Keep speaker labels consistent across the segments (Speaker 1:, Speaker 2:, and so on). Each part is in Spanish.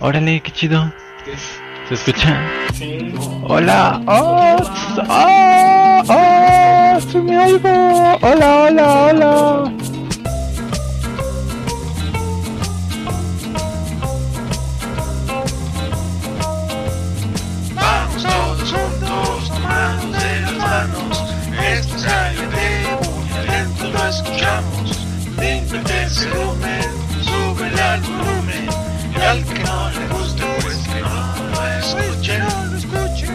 Speaker 1: Órale, qué chido. ¿Se escucha?
Speaker 2: Sí.
Speaker 1: Hola. Oh, tss, oh, oh, sube algo. Hola, hola, hola.
Speaker 2: Vamos todos juntos, tomados de las manos. Este sale de muy lento, lo escuchamos. Limpete se lumen, sube el volumen. Y al que no le guste, pues que no lo escuche. No lo escuche.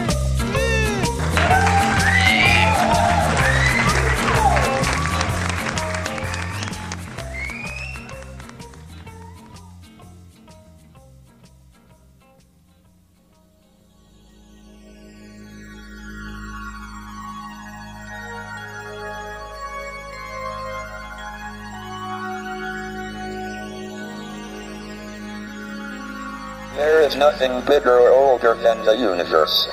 Speaker 3: There is nothing bigger or older than the universe.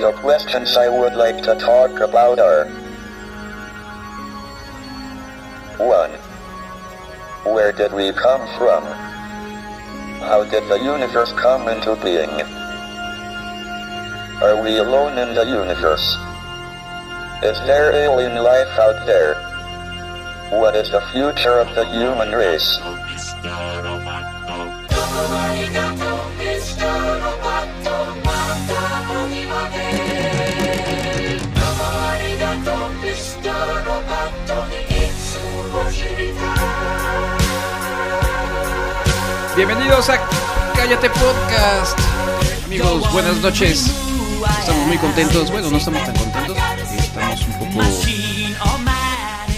Speaker 3: The questions I would like to talk about are 1. Where did we come from? How did the universe come into being? Are we alone in the universe? Is there alien life out there? What is the future of the human race?
Speaker 4: Bienvenidos a Cállate Podcast. Amigos, buenas noches. Estamos muy contentos. Bueno, no estamos tan contentos. Estamos un poco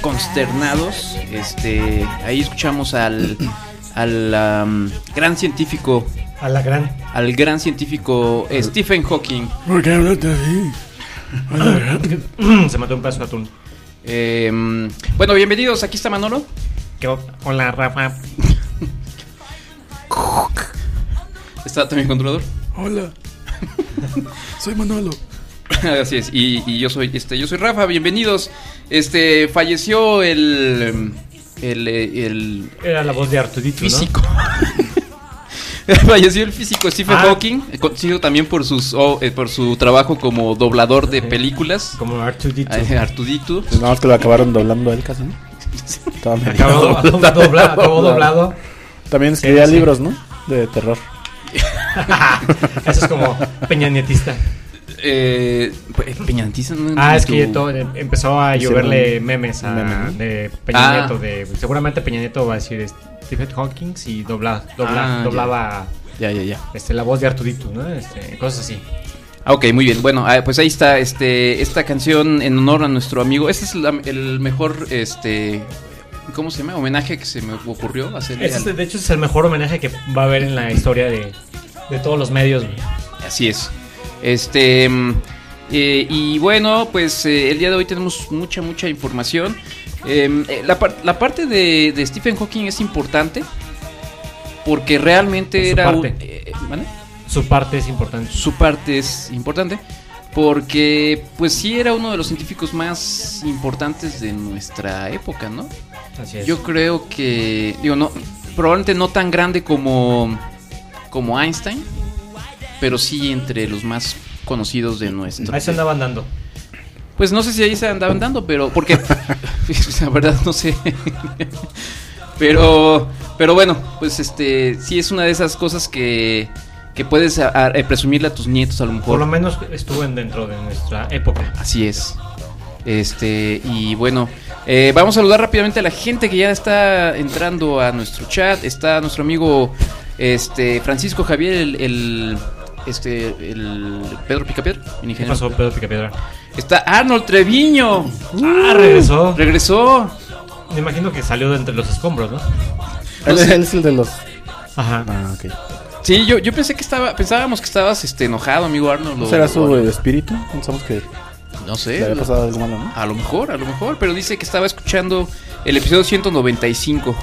Speaker 4: consternados. Este, ahí escuchamos al, al am, gran científico,
Speaker 5: A la gran.
Speaker 4: al gran científico eh, Stephen Hawking.
Speaker 6: ¿Por qué hablas así?
Speaker 5: Se mató un pedazo de atún.
Speaker 4: Eh, bueno, bienvenidos. Aquí está Manolo.
Speaker 5: ¿Qué o- Hola, Rafa.
Speaker 4: Está también controlador.
Speaker 6: Hola. Soy Manolo.
Speaker 4: Así es, y, y yo soy este, yo soy Rafa, bienvenidos. Este falleció el em, el, eh, el
Speaker 5: Era la voz de Artudito, ¿no?
Speaker 4: físico. falleció el físico Stephen
Speaker 5: Ah.
Speaker 4: Hawking, eh, conocido también por sus oh, eh, por su trabajo como doblador de películas.
Speaker 5: Como Artudito.
Speaker 4: Eh, Artudito.
Speaker 6: Nada más que lo acabaron doblando a él casi, ¿no? Estaba medio-
Speaker 5: Acabó doblado, acabó doblado.
Speaker 6: También escribía libros, ¿no? De terror.
Speaker 5: Eso es como Peña Nietista.
Speaker 4: Eh, pues, Peñantiza, ¿no?
Speaker 5: Ah, es
Speaker 4: Tu-
Speaker 5: que ya todo- empezó a
Speaker 6: Hicieron
Speaker 5: lloverle memes a,
Speaker 6: meme, ¿no?
Speaker 5: de Peña
Speaker 4: Ah.
Speaker 5: Nieto. De, seguramente Peña Nieto va a decir este, Stephen Hawking y dobla, dobla-
Speaker 4: Ah, ya.
Speaker 5: doblaba
Speaker 4: Ya, ya, ya.
Speaker 5: este, la voz de Artudito, ¿no? Este, cosas así.
Speaker 4: Ah, ok, muy bien. Bueno, ah, pues ahí está este, esta canción en honor a nuestro amigo. Este es la- el mejor, este, ¿cómo se llama? Homenaje que se me ocurrió hacerle.
Speaker 5: Este,
Speaker 4: al-
Speaker 5: de hecho, es el mejor homenaje que va a haber en la historia de, de todos los medios. güey.
Speaker 4: Así es. Este, mm, eh, y bueno, pues eh, el día de hoy tenemos mucha, mucha información. Em, eh, la, par- la parte de, de Stephen Hawking es importante porque realmente
Speaker 5: Su
Speaker 4: era un-
Speaker 5: parte.
Speaker 4: eh, eh, ¿vale?
Speaker 5: Su parte es importante.
Speaker 4: su parte es importante porque pues sí era uno de los científicos más importantes de nuestra época, ¿no?
Speaker 5: Así es.
Speaker 4: Yo creo que digo no probablemente no tan grande como como Einstein, pero sí entre los más conocidos de nuestro.
Speaker 5: Ahí se andaba andando.
Speaker 4: Pues no sé si ahí se andaban dando, pero porque la verdad no sé. pero pero bueno, pues este sí es una de esas cosas que que puedes a- a- presumirle a tus nietos a lo mejor.
Speaker 5: Por lo menos estuvo en- dentro de nuestra época.
Speaker 4: Así es. Este, y bueno, eh, vamos a saludar rápidamente a la gente que ya está entrando a nuestro chat. Está nuestro amigo este Francisco Javier, el, el- este, el Pedro Picapier, el
Speaker 5: ¿Qué
Speaker 4: ingeniero.
Speaker 5: pasó, Pedro Picapiedra?
Speaker 4: Está Arnold Treviño. Uh,
Speaker 5: Ah, regresó.
Speaker 4: Regresó.
Speaker 5: Me imagino que salió de entre los escombros, ¿no?
Speaker 6: Él, él es el de los.
Speaker 5: Ajá.
Speaker 6: Ah, ok.
Speaker 4: Sí, yo, yo pensé que estaba, pensábamos que estabas este enojado, amigo Arnold. o-
Speaker 6: ¿Será su
Speaker 4: o-
Speaker 6: eh, espíritu? Pensamos que
Speaker 4: no
Speaker 6: le
Speaker 4: sé.
Speaker 6: había pasado algo malo, ¿no?
Speaker 4: A lo mejor, a lo mejor, pero dice que estaba escuchando el episodio 195.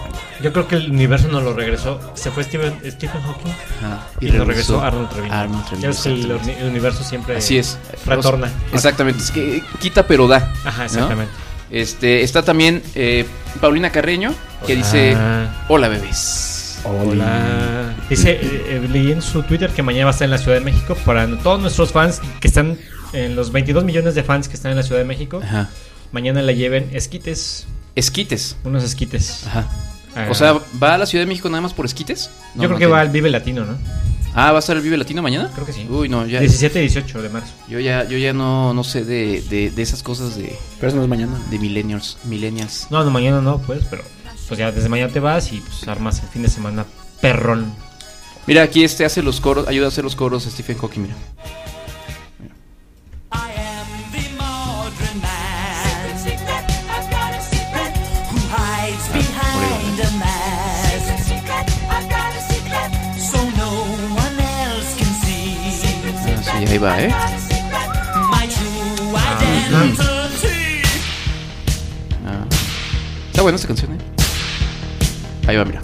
Speaker 5: Yo creo que el universo no lo regresó. Se fue Steven, Stephen Hawking
Speaker 4: Ajá,
Speaker 5: y, lo regresó Arnold Treviño.
Speaker 4: Arnold Treviño,
Speaker 5: Ya ves que el,
Speaker 4: exactamente.
Speaker 5: orni- el universo siempre
Speaker 4: Así es.
Speaker 5: retorna.
Speaker 4: Exactamente. Es que eh, quita pero da.
Speaker 5: Ajá,
Speaker 4: ¿no?
Speaker 5: exactamente.
Speaker 4: Este, está también eh, Paulina Carreño, que dice,
Speaker 5: Ah.
Speaker 4: hola bebés.
Speaker 5: Hola. Dice, eh, eh, leí en su Twitter que mañana va a estar en la Ciudad de México para todos nuestros fans que están, en los 22 millones de fans que están en la Ciudad de México,
Speaker 4: Ajá.
Speaker 5: mañana la lleven esquites,
Speaker 4: Esquites.
Speaker 5: unos esquites.
Speaker 4: Ajá.
Speaker 5: Ah,
Speaker 4: O sea, ¿va a la Ciudad de México nada más por esquites? No, no
Speaker 5: yo creo que
Speaker 4: entiendo.
Speaker 5: va al Vive Latino, ¿no?
Speaker 4: Ah, ¿va a estar el Vive Latino mañana?
Speaker 5: Creo que sí.
Speaker 4: Uy, no, ya.
Speaker 5: 17 y 18 de marzo.
Speaker 4: Yo ya, yo ya no, no sé de, de, de esas cosas de,
Speaker 6: Pero eso no es mañana.
Speaker 4: de millennials. Millennials.
Speaker 5: No, no, mañana no, pues, pero pues ya desde mañana te vas y pues armas el fin de semana perrón.
Speaker 4: Mira, aquí este hace los coros, ayuda a hacer los coros Stephen Hawking, mira.
Speaker 7: I am the modern man. Secret, secret, I've got a secret. Who hides behind a mask. Secret, secret, I've got a secret. So no one else can see. Secret,
Speaker 4: Ah, sí, ahí va, ¿eh?
Speaker 7: got a secret. My true identity.
Speaker 4: Ah. Está buena esta canción, ¿eh? Ahí va, mira.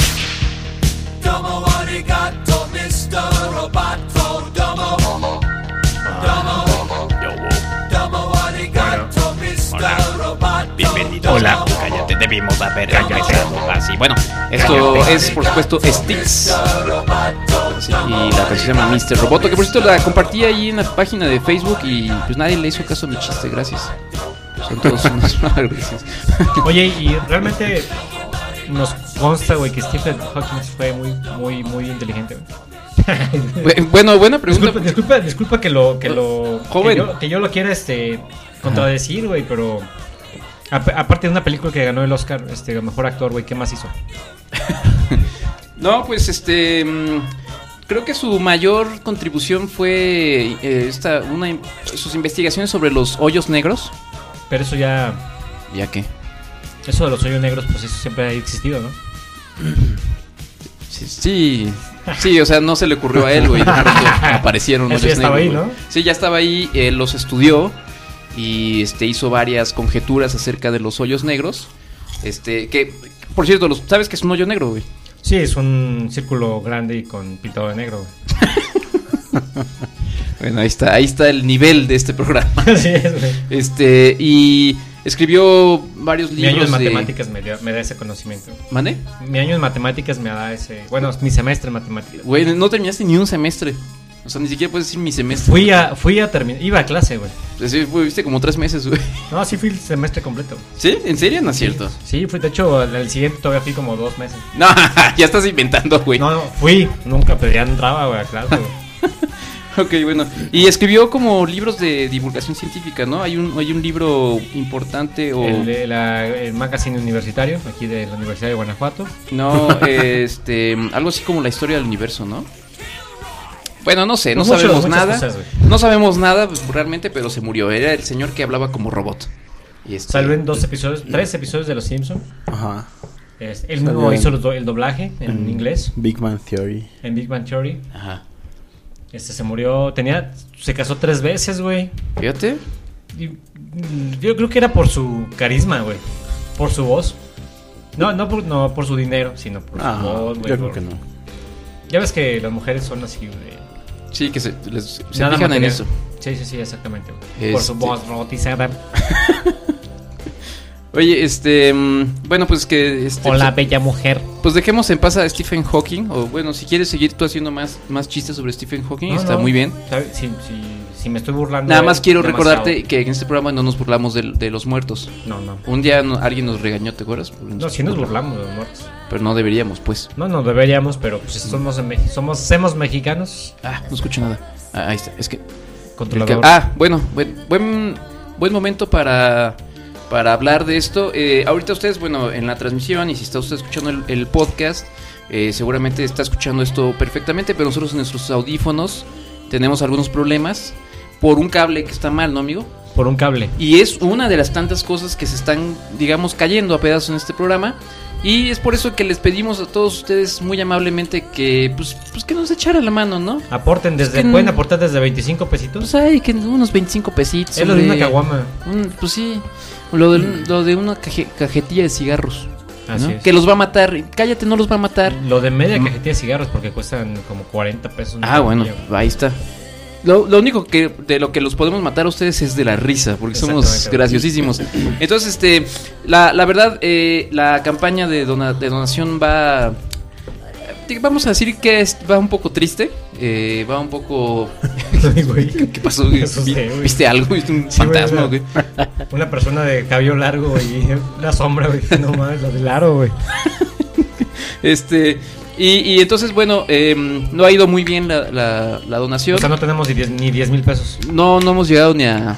Speaker 7: Domo arigato, Mr. Roboto. Domo. Domo. Domo arigato, Mr. Roboto. Bienvenido.
Speaker 8: Hola, cállate, debimos haber empezado así. Bueno,
Speaker 4: Esto es, por supuesto, Sticks. Sí, y la canción se llama Mr. Roboto, que por cierto la compartí ahí en la página de Facebook y pues nadie le hizo caso a mi chiste, gracias. Son todos unos gracias.
Speaker 5: Oye, y realmente nos consta, güey, que Stephen Hawking fue muy, muy, muy inteligente, güey.
Speaker 4: Bueno, buena pregunta.
Speaker 5: Disculpa, disculpa, disculpa que lo, que lo,
Speaker 4: Joven.
Speaker 5: que yo, que yo lo quiera, este, contradecir, güey, pero a- aparte de una película que ganó el Oscar, este, mejor actor, güey, ¿qué más hizo?
Speaker 4: No, pues este. mm, Creo que su mayor contribución fue eh, esta, una, in- sus investigaciones sobre los hoyos negros.
Speaker 5: Pero eso ya,
Speaker 4: ¿Ya qué?
Speaker 5: eso de los hoyos negros, pues eso siempre ha existido, ¿no?
Speaker 4: Sí, sí, sí, o sea, no se le ocurrió a él, güey. De pronto aparecieron
Speaker 5: Eso ya
Speaker 4: hoyos
Speaker 5: estaba
Speaker 4: negros,
Speaker 5: ahí,
Speaker 4: güey.
Speaker 5: ¿no?
Speaker 4: Sí, ya estaba ahí, eh, los estudió y este, hizo varias conjeturas acerca de los hoyos negros. Este, que, por cierto, los, ¿sabes que es un hoyo negro, güey?
Speaker 5: Sí, es un círculo grande y con pintado de negro, güey.
Speaker 4: Bueno, ahí está, ahí está el nivel de este programa.
Speaker 5: Así es, güey.
Speaker 4: Este, y escribió varios
Speaker 5: Mi año en
Speaker 4: libros de...
Speaker 5: matemáticas me, dio- me da ese conocimiento.
Speaker 4: ¿Mande?
Speaker 5: Mi año en matemáticas me da ese, bueno, mi semestre en matemáticas.
Speaker 4: Güey, no terminaste ni un semestre. O sea, ni siquiera puedes decir mi semestre.
Speaker 5: Fui a, fui a terminar, iba a clase, güey.
Speaker 4: Pues sí, fuiste como tres meses, güey.
Speaker 5: No, sí fui el semestre completo.
Speaker 4: ¿Sí? ¿En serio? No es cierto.
Speaker 5: Sí, fui, de hecho, el siguiente todavía fui como dos meses.
Speaker 4: No, ya estás inventando, güey.
Speaker 5: No, no, fui, nunca, pero ya entraba, güey, claro. güey.
Speaker 4: Ok, bueno. Y escribió como libros de divulgación científica, ¿no? Hay un, hay un libro importante o...
Speaker 5: El, de la- el magazine universitario, aquí de la Universidad de Guanajuato.
Speaker 4: No, este... Algo así como la historia del universo, ¿no? Bueno, no sé, no
Speaker 5: Muchas-
Speaker 4: sabemos
Speaker 5: muchas
Speaker 4: nada.
Speaker 5: cosas, güey.
Speaker 4: no sabemos nada pues, realmente, pero se murió. Era el señor que hablaba como robot. Y este-
Speaker 5: Salió en dos episodios, tres episodios de Los Simpsons.
Speaker 6: Ajá.
Speaker 5: Es- Él
Speaker 6: Salió
Speaker 5: mismo
Speaker 6: en-
Speaker 5: hizo los do- el doblaje
Speaker 4: Mm.
Speaker 5: en inglés,
Speaker 6: Big Man Theory.
Speaker 5: en Big Bang Theory.
Speaker 4: Ajá.
Speaker 5: Este se murió, tenía, se casó tres veces, güey.
Speaker 4: Fíjate.
Speaker 5: Y, mm, Yo creo que era por su carisma, güey. Por su voz. No, no por, no por su dinero, sino por
Speaker 6: Ah,
Speaker 5: su voz, güey.
Speaker 6: yo creo
Speaker 5: por-
Speaker 6: que no.
Speaker 5: Ya ves que las mujeres son así, güey.
Speaker 4: Sí, que se, les- se
Speaker 5: Nada
Speaker 4: fijan en
Speaker 5: material.
Speaker 4: eso.
Speaker 5: Sí, sí, sí, exactamente. güey. Por
Speaker 4: Este-
Speaker 5: su voz robotizada.
Speaker 4: Oye, este... mm, Bueno, pues que... Este,
Speaker 5: Hola, bella mujer.
Speaker 4: Pues dejemos en paz a Stephen Hawking. O bueno, si quieres seguir tú haciendo más, más chistes sobre Stephen Hawking,
Speaker 5: No,
Speaker 4: está
Speaker 5: no,
Speaker 4: muy bien.
Speaker 5: ¿sabes? Si, si- si me estoy burlando.
Speaker 4: Nada
Speaker 5: eh,
Speaker 4: más quiero
Speaker 5: demasiado.
Speaker 4: recordarte que en este programa no nos burlamos de, de los muertos.
Speaker 5: No, no.
Speaker 4: Un día no- alguien nos regañó, ¿te acuerdas?
Speaker 5: No, si nos burlamos de los muertos.
Speaker 4: Pero no deberíamos, pues.
Speaker 5: No, no deberíamos, pero pues somos, en Mex- somos, somos mexicanos.
Speaker 4: Ah, no escucho nada. Ah, ahí está. Es que.
Speaker 5: Controlador.
Speaker 4: es que- ah, bueno, buen, buen, buen momento para, para hablar de esto. Eh, ahorita ustedes, bueno, en la transmisión y si está usted escuchando el, el podcast, eh, seguramente está escuchando esto perfectamente, pero nosotros en nuestros audífonos tenemos algunos problemas por un cable que está mal, ¿no, amigo?
Speaker 5: Por un cable.
Speaker 4: Y es una de las tantas cosas que se están, digamos, cayendo a pedazos en este programa. Y es por eso que les pedimos a todos ustedes muy amablemente que, pues, pues que nos echara la mano, ¿no?
Speaker 5: Aporten desde.
Speaker 4: Es que no-
Speaker 5: Pueden aportar desde 25
Speaker 4: Pues eh,
Speaker 5: pesitos.
Speaker 4: hay que unos 25 pesitos.
Speaker 5: Es lo de
Speaker 4: hombre.
Speaker 5: una caguama.
Speaker 4: Mm, Pues sí, lo de, lo de una caje- cajetilla de cigarros.
Speaker 5: Así
Speaker 4: ¿no?
Speaker 5: es.
Speaker 4: Que los va a matar. Cállate, no los va a matar.
Speaker 5: Lo de media
Speaker 4: Mm.
Speaker 5: cajetilla de cigarros porque cuestan como 40 pesos.
Speaker 4: Ah, bueno,
Speaker 5: Exactamente,
Speaker 4: ahí está. Lo, lo único que de lo que los podemos matar a ustedes es de la risa, porque somos
Speaker 5: Exactamente.
Speaker 4: graciosísimos. Entonces, este, la, la verdad, eh, la campaña de, dona- de donación va, te- vamos a decir que es- va un poco triste, eh, va un poco...
Speaker 5: Ay, güey.
Speaker 4: ¿Qué pasó? güey?
Speaker 5: Me asusté, güey.
Speaker 4: ¿Viste algo? ¿Viste un
Speaker 5: Sí, güey,
Speaker 4: fantasma?
Speaker 5: o sea,
Speaker 4: güey?
Speaker 5: Una persona de cabello largo y una sombra, güey. No mames, la del aro, güey.
Speaker 4: Este... Y, y entonces, bueno, em, no ha ido muy bien la, la- la donación.
Speaker 5: O sea, no tenemos ni 10 ni 10 mil pesos.
Speaker 4: No, no hemos llegado ni a,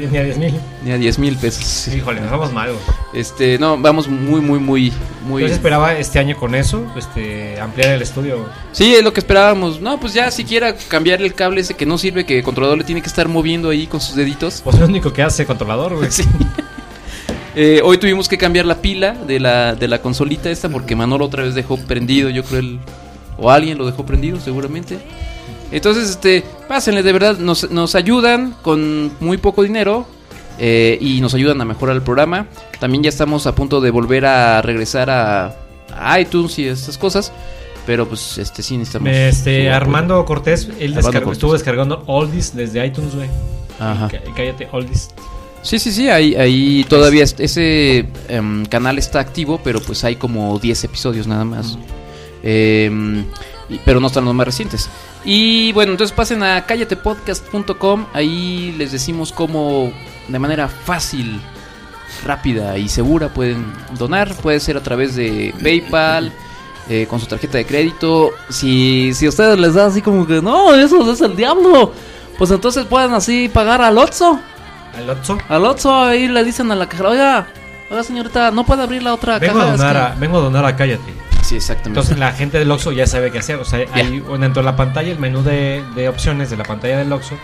Speaker 5: Ni ni a 10 mil.
Speaker 4: ni a 10 mil pesos.
Speaker 5: Híjole, nos vamos mal, güey.
Speaker 4: Este, no, vamos muy, muy, muy, muy...
Speaker 5: Yo sí esperaba este año con eso, este, ampliar el estudio, güey.
Speaker 4: Sí, es lo que esperábamos. No, pues ya siquiera cambiar el cable ese que no sirve, que el controlador le tiene que estar moviendo ahí con sus deditos.
Speaker 5: Pues es lo único que hace controlador, güey.
Speaker 4: Sí. Eh, hoy tuvimos que cambiar la pila de la, de la consolita esta porque Manolo otra vez dejó prendido, yo creo él, o alguien lo dejó prendido seguramente. Entonces, este, pásenle, de verdad, nos, nos ayudan con muy poco dinero eh, y nos ayudan a mejorar el programa. También ya estamos a punto de volver a regresar a, a iTunes y estas cosas, pero pues este sí necesitamos...
Speaker 5: Este,
Speaker 4: su apoyo.
Speaker 5: Armando Cortés, él
Speaker 4: Armando
Speaker 5: descargó-
Speaker 4: Cortés.
Speaker 5: estuvo descargando Oldies desde iTunes, güey.
Speaker 4: Ajá.
Speaker 5: Cá- Cállate, Oldies.
Speaker 4: Sí, sí, sí, ahí, ahí todavía es- ese em, canal está activo, pero pues hay como 10 episodios nada más. Em, y- pero no están los más recientes. Y bueno, entonces pasen a callatepodcast.com, ahí les decimos cómo de manera fácil, rápida y segura pueden donar, puede ser a través de PayPal. eh, con su tarjeta de crédito, si, si a ustedes les da así como que no, eso es el diablo, pues entonces pueden así pagar al Otso.
Speaker 5: Al Otso.
Speaker 4: Al Otso ahí le dicen a la cajera, oiga, oiga señorita, no puede abrir la otra
Speaker 5: Vengo a,
Speaker 4: caja. es
Speaker 5: donar
Speaker 4: Ah, que-".
Speaker 5: a, vengo a donar a Cállate.
Speaker 4: Sí, exactamente.
Speaker 5: Entonces la gente del Oxxo ya sabe qué hacer. O sea, hay un- dentro de la pantalla, el menú de, de opciones de la pantalla del Oxxo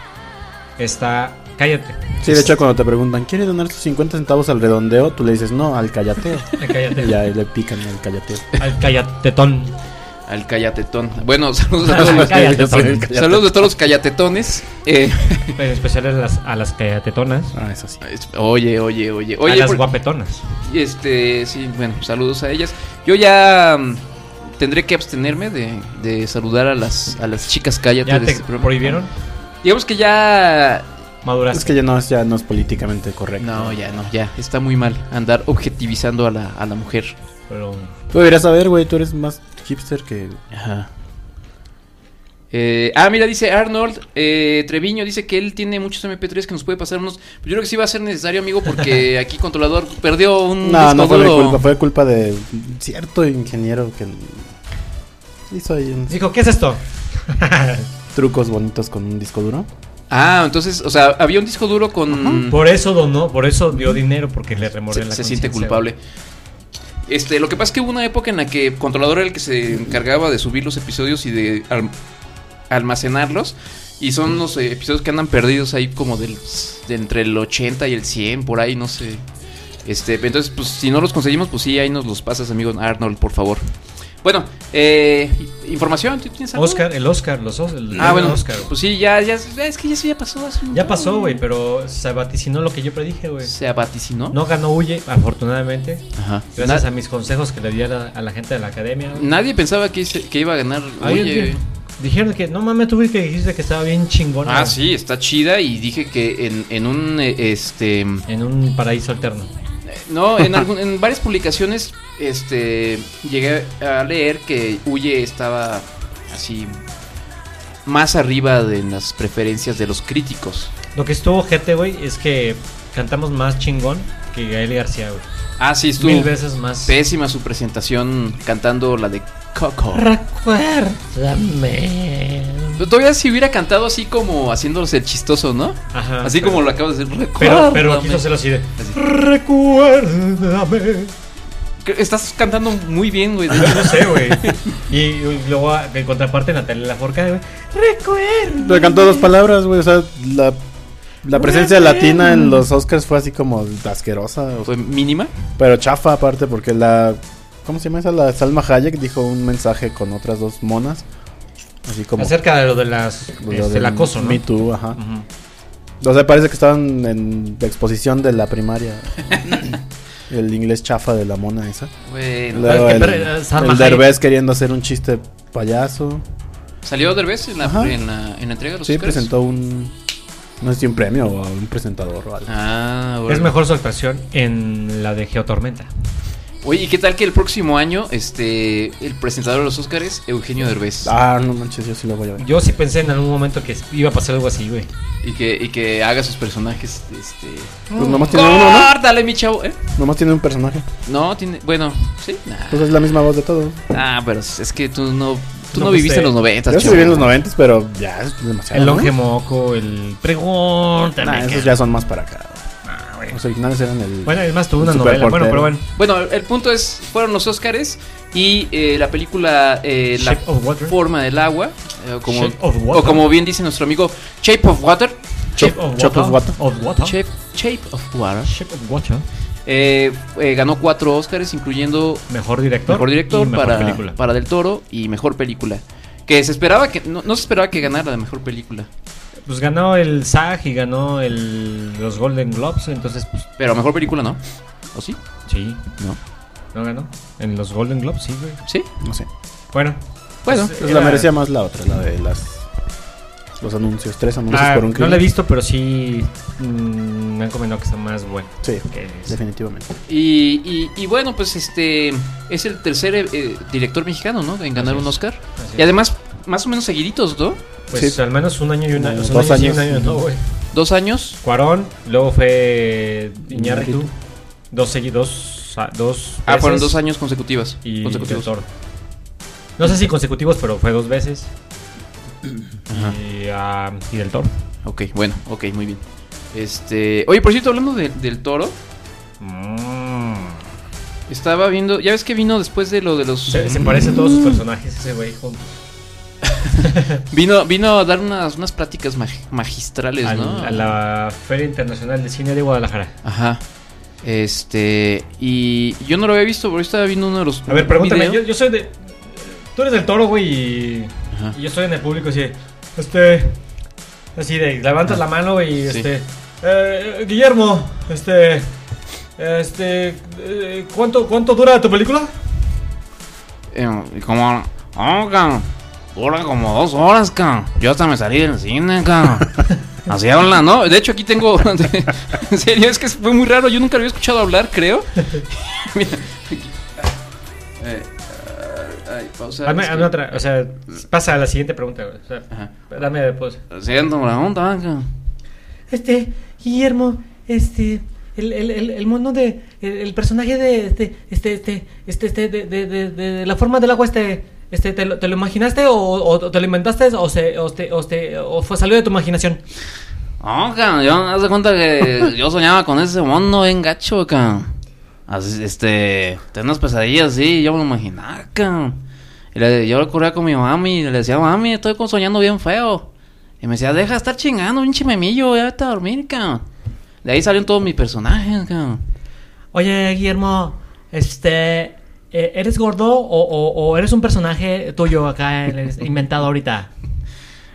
Speaker 5: está cállate.
Speaker 6: Sí, de hecho, cuando te preguntan, ¿quieres donar tus 50 centavos al redondeo? Tú le dices, no, al callateo.
Speaker 5: Cállate.
Speaker 6: y ya le pican al callateo.
Speaker 5: Al callatetón.
Speaker 4: Al callatetón. Bueno, saludos a todos los,
Speaker 5: Callatetón.
Speaker 4: saludos a todos los callatetones. Eh,
Speaker 5: En especial a las, a las callatetonas.
Speaker 6: Ah, eso sí.
Speaker 4: es- oye, oye, oye.
Speaker 5: a
Speaker 4: Oye,
Speaker 5: las
Speaker 4: por-
Speaker 5: guapetonas.
Speaker 4: este, sí, bueno, saludos a ellas. Yo ya mm, tendré que abstenerme de, de saludar a las, a las chicas cállate.
Speaker 5: ¿Ya
Speaker 4: de
Speaker 5: te
Speaker 4: este programa.
Speaker 5: prohibieron?
Speaker 4: Digamos que ya...
Speaker 5: Maduraste.
Speaker 6: Es que ya no, es- ya no es políticamente correcto.
Speaker 4: No, ya, no, ya. Está muy mal andar objetivizando a la, a la mujer.
Speaker 5: Pero
Speaker 6: Tú deberías saber, güey, tú eres más hipster que...
Speaker 4: Ajá. Eh, ah, mira, dice Arnold eh, Treviño, dice que él tiene muchos MP3 que nos puede pasar unos. Pero yo creo que sí va a ser necesario, amigo, porque aquí controlador perdió un
Speaker 6: No,
Speaker 4: disco
Speaker 6: no fue mi
Speaker 4: duro.
Speaker 6: culpa, fue culpa de cierto ingeniero que hizo ahí unos
Speaker 5: dijo, ¿qué es esto?
Speaker 6: trucos bonitos con un disco duro.
Speaker 4: Ah, entonces, o sea, había un disco duro con.
Speaker 5: Por eso donó, por eso dio dinero, porque le remordió
Speaker 4: Mm. se,
Speaker 5: la
Speaker 4: se siente
Speaker 5: conciencia,
Speaker 4: culpable. Este, lo que pasa es que hubo una época en la que controlador era el que se encargaba de subir los episodios y de alm- almacenarlos. Y son los eh, episodios que andan perdidos ahí como del, de entre el 80 y el 100, por ahí, no sé. Este, entonces, pues si no los conseguimos, pues sí, ahí nos los pasas, amigo Arnold, por favor. Bueno, eh, información, ¿tú tienes
Speaker 5: güey.
Speaker 4: algo?
Speaker 5: Oscar, el Oscar, los Os- el
Speaker 4: Ah, bueno,
Speaker 5: Oscar, güey.
Speaker 4: pues sí, ya, ya, es que ya eso ya pasó. hace un
Speaker 5: Ya
Speaker 4: rato.
Speaker 5: pasó, güey, pero se vaticinó lo que yo predije, güey.
Speaker 4: Se vaticinó.
Speaker 5: No ganó Huye, afortunadamente.
Speaker 4: Ajá.
Speaker 5: Gracias
Speaker 4: Na-
Speaker 5: a mis consejos que le di a la, a la gente de la academia. güey.
Speaker 4: Nadie pensaba que, hice- que iba a ganar.
Speaker 5: Ahí
Speaker 4: Oye,
Speaker 5: di- Dijeron que, no mames, tú güey, que dijiste que estaba bien chingona.
Speaker 4: Ah,
Speaker 5: güey,
Speaker 4: sí, está chida y dije que en, en un, eh, este, eh,
Speaker 5: En un paraíso alterno.
Speaker 4: no, en, algún- en varias publicaciones, este, llegué a leer que Huye estaba así más arriba de las preferencias de los críticos.
Speaker 5: Lo que estuvo gente, güey, es que cantamos más chingón que Gael García, güey.
Speaker 4: Ah, sí, estuvo
Speaker 5: Mil veces más.
Speaker 4: pésima su presentación cantando la de Coco.
Speaker 5: Recuérdame.
Speaker 4: Pero Todavía si hubiera cantado así como haciéndose el chistoso, ¿no?
Speaker 5: Ajá.
Speaker 4: así
Speaker 5: Ah, pero-
Speaker 4: como lo acabas de decir.
Speaker 5: Pero, pero
Speaker 4: "Recuérdame".
Speaker 5: quiso hacerlo así de.
Speaker 4: Así.
Speaker 5: Recuérdame.
Speaker 4: Estás cantando muy bien, güey.
Speaker 5: No sé, güey. Y, y luego a- en contraparte Natalia Laforca, güey. Recuerda.
Speaker 6: Pero cantó dos palabras, güey, o sea, la, la presencia latina en los Oscars fue así como asquerosa, o sea,
Speaker 4: Fue mínima.
Speaker 6: pero chafa aparte porque la... ¿Cómo se llama esa? La Salma Hayek dijo un mensaje con otras dos monas, así como... pues,
Speaker 5: Acerca de lo de las
Speaker 6: lo
Speaker 5: este,
Speaker 6: del
Speaker 5: el acoso, ¿no?
Speaker 6: Me Too, ajá.
Speaker 5: Ujú.
Speaker 6: O sea, parece que estaban en la exposición de la primaria. el inglés chafa de la mona esa.
Speaker 4: Bueno.
Speaker 6: Luego
Speaker 5: es que
Speaker 6: el,
Speaker 5: per- Salma
Speaker 6: el
Speaker 5: Hayek.
Speaker 6: Derbez queriendo hacer un chiste payaso.
Speaker 4: Salió Derbez en la,
Speaker 6: Ajá.
Speaker 4: en la, en la entrega de
Speaker 5: Pues
Speaker 4: los
Speaker 6: Sí,
Speaker 4: Oscars?
Speaker 6: presentó un. No sé si un premio o un presentador o algo.
Speaker 4: Ah, bueno.
Speaker 5: Es mejor su actuación en la de Geotormenta.
Speaker 4: Oye, ¿y qué tal que el próximo año, este, el presentador de los Óscares, Eugenio Derbez?
Speaker 6: Ah, no manches, yo sí lo voy a ver.
Speaker 5: Yo sí pensé en algún momento que iba a pasar algo así, güey.
Speaker 4: Y que, y que haga sus personajes, este...
Speaker 6: Pues nomás tiene uno, ¿no?
Speaker 4: ¡Córdale, mi chavo! ¿Eh?
Speaker 6: Nomás tiene un personaje.
Speaker 4: No, tiene... Bueno, sí, nah.
Speaker 6: Pues es la misma voz de todos.
Speaker 4: Ah, pero es que tú no... Tú
Speaker 5: No,
Speaker 4: no,
Speaker 5: pues,
Speaker 4: viviste
Speaker 5: eh,
Speaker 4: en los noventas,
Speaker 6: Yo sí
Speaker 4: chavo.
Speaker 6: viví en los 90, pero ya es demasiado.
Speaker 5: El
Speaker 6: ¿Ah, ¿no?
Speaker 5: longe moco, el pregúntame.
Speaker 6: Nah,
Speaker 5: que-
Speaker 6: esos ya son más para acá.
Speaker 5: Ah, güey.
Speaker 6: Los originales eran el.
Speaker 5: Bueno, es más, tuvo una
Speaker 6: Un
Speaker 5: novela. Bueno,
Speaker 6: superportero.
Speaker 5: pero bueno.
Speaker 4: Bueno, el punto es, fueron los Óscares y eh, la película eh, La
Speaker 5: Shape of Water.
Speaker 4: forma del agua, eh, o como,
Speaker 5: Shape of
Speaker 4: o
Speaker 5: Water.
Speaker 4: como bien dice nuestro amigo Shape of Water,
Speaker 5: Shape of
Speaker 6: Shape of
Speaker 5: Water.
Speaker 6: Water.
Speaker 5: Of Water.
Speaker 4: Shape, Shape of Water,
Speaker 5: Shape of Water.
Speaker 4: eh, eh, ganó cuatro Óscares, incluyendo
Speaker 5: Mejor director.
Speaker 4: mejor director
Speaker 5: y mejor
Speaker 4: para,
Speaker 5: película.
Speaker 4: para Del Toro y mejor película. Que se esperaba que, no, no se esperaba que ganara la mejor película,
Speaker 5: Pues ganó el SAG y ganó el, los Golden Globes. Entonces, pues
Speaker 4: pero mejor película no, ¿o sí?
Speaker 5: sí,
Speaker 6: No,
Speaker 5: no ganó. En los Golden Globes, sí, güey.
Speaker 4: ¿Sí?
Speaker 6: no sé.
Speaker 5: Bueno.
Speaker 4: Bueno,
Speaker 5: pues,
Speaker 6: Pues
Speaker 5: era-
Speaker 6: la merecía más la otra, la de las. Los anuncios, tres anuncios
Speaker 5: Ah,
Speaker 6: por un
Speaker 5: no
Speaker 6: crimen.
Speaker 5: la he visto, pero sí mm, me han comentado que está más buena.
Speaker 6: Sí,
Speaker 5: Que es-
Speaker 6: definitivamente.
Speaker 4: Y, y- y bueno, pues este es el tercer eh, director mexicano, ¿no? En ganar un
Speaker 5: Así es.
Speaker 4: Oscar.
Speaker 5: Así
Speaker 4: Y además, más o menos seguiditos, ¿no?
Speaker 5: Pues
Speaker 6: Sí.
Speaker 5: al menos un año y un año. o
Speaker 6: Como
Speaker 5: sea, un
Speaker 6: dos
Speaker 5: año sí, un
Speaker 6: años.
Speaker 5: año no, güey.
Speaker 4: Dos años.
Speaker 5: Cuarón, luego fue Iñárritu.
Speaker 6: Iñárritu.
Speaker 5: Dos seguidos. Dos, dos
Speaker 4: Ah, fueron
Speaker 5: veces
Speaker 4: dos años consecutivas.
Speaker 5: Y
Speaker 4: consecutivos.
Speaker 5: Del Toro. No sé si consecutivos, pero fue dos veces. Y, ah, y del toro.
Speaker 4: Ok, bueno, ok, muy bien. Este, oye, por cierto, hablando de- del toro,
Speaker 5: Mm.
Speaker 4: estaba viendo, ya ves que vino después de lo de los
Speaker 5: Se, se parece a todos sus personajes ese güey juntos.
Speaker 4: vino vino a dar unas unas pláticas mag- magistrales,
Speaker 5: Al-
Speaker 4: Pues ¿no?
Speaker 5: A la Feria Internacional de Cine de Guadalajara.
Speaker 4: Ajá. Este, y yo no lo había visto, pero estaba viendo uno de los
Speaker 5: A ver,
Speaker 4: un
Speaker 5: pregúntame.
Speaker 4: video.
Speaker 5: Yo, yo soy de. Tú eres del toro, güey. Y,
Speaker 4: Ajá.
Speaker 5: y yo soy en el público así. de, Este. Así de. Levantas la mano, güey. Y
Speaker 4: Sí.
Speaker 5: este. eh, Guillermo, este. Este. eh, ¿cuánto, ¿Cuánto dura tu película?
Speaker 4: Eh, y como, oh, cabrón, dura como dos horas, cabrón. Yo hasta me salí del cine, cabrón. Así habla, ¿no? De hecho, aquí tengo. en serio, es que fue muy raro. Yo nunca lo había escuchado hablar, creo. Mira, aquí. Eh, ah, ay, pausa.
Speaker 5: Hazme,
Speaker 4: es que-
Speaker 5: hazme otra, o sea, pasa a la siguiente pregunta, güey. O sea,
Speaker 4: Ajá.
Speaker 5: dame pausa.
Speaker 4: Siguiente pregunta, cabrón.
Speaker 9: Este, Guillermo, este, el, el, el, el mono de, el, el personaje de, este, este, este, este, este, de, de, de, de- de la forma del agua, este, este, ¿te lo, te lo imaginaste o, o te lo inventaste o, se, o, te, o, te- o fue, salió de tu imaginación?
Speaker 4: No, cabrón, yo haz de cuenta que yo soñaba con ese mono bien gacho, cabrón. Así, este, tenía unas pesadillas, sí, yo me lo imaginaba, cabrón. Y le- yo le corría con mi mami y le decía, mami, estoy co- soñando bien feo. Y me decía, deja de estar chingando, pinche memillo, ya vete a dormir, cabrón. De ahí salieron todos mis personajes, cabrón.
Speaker 9: Oye, Guillermo, este, eh, ¿eres gordo o, o, o eres un personaje tuyo acá eh, inventado ahorita?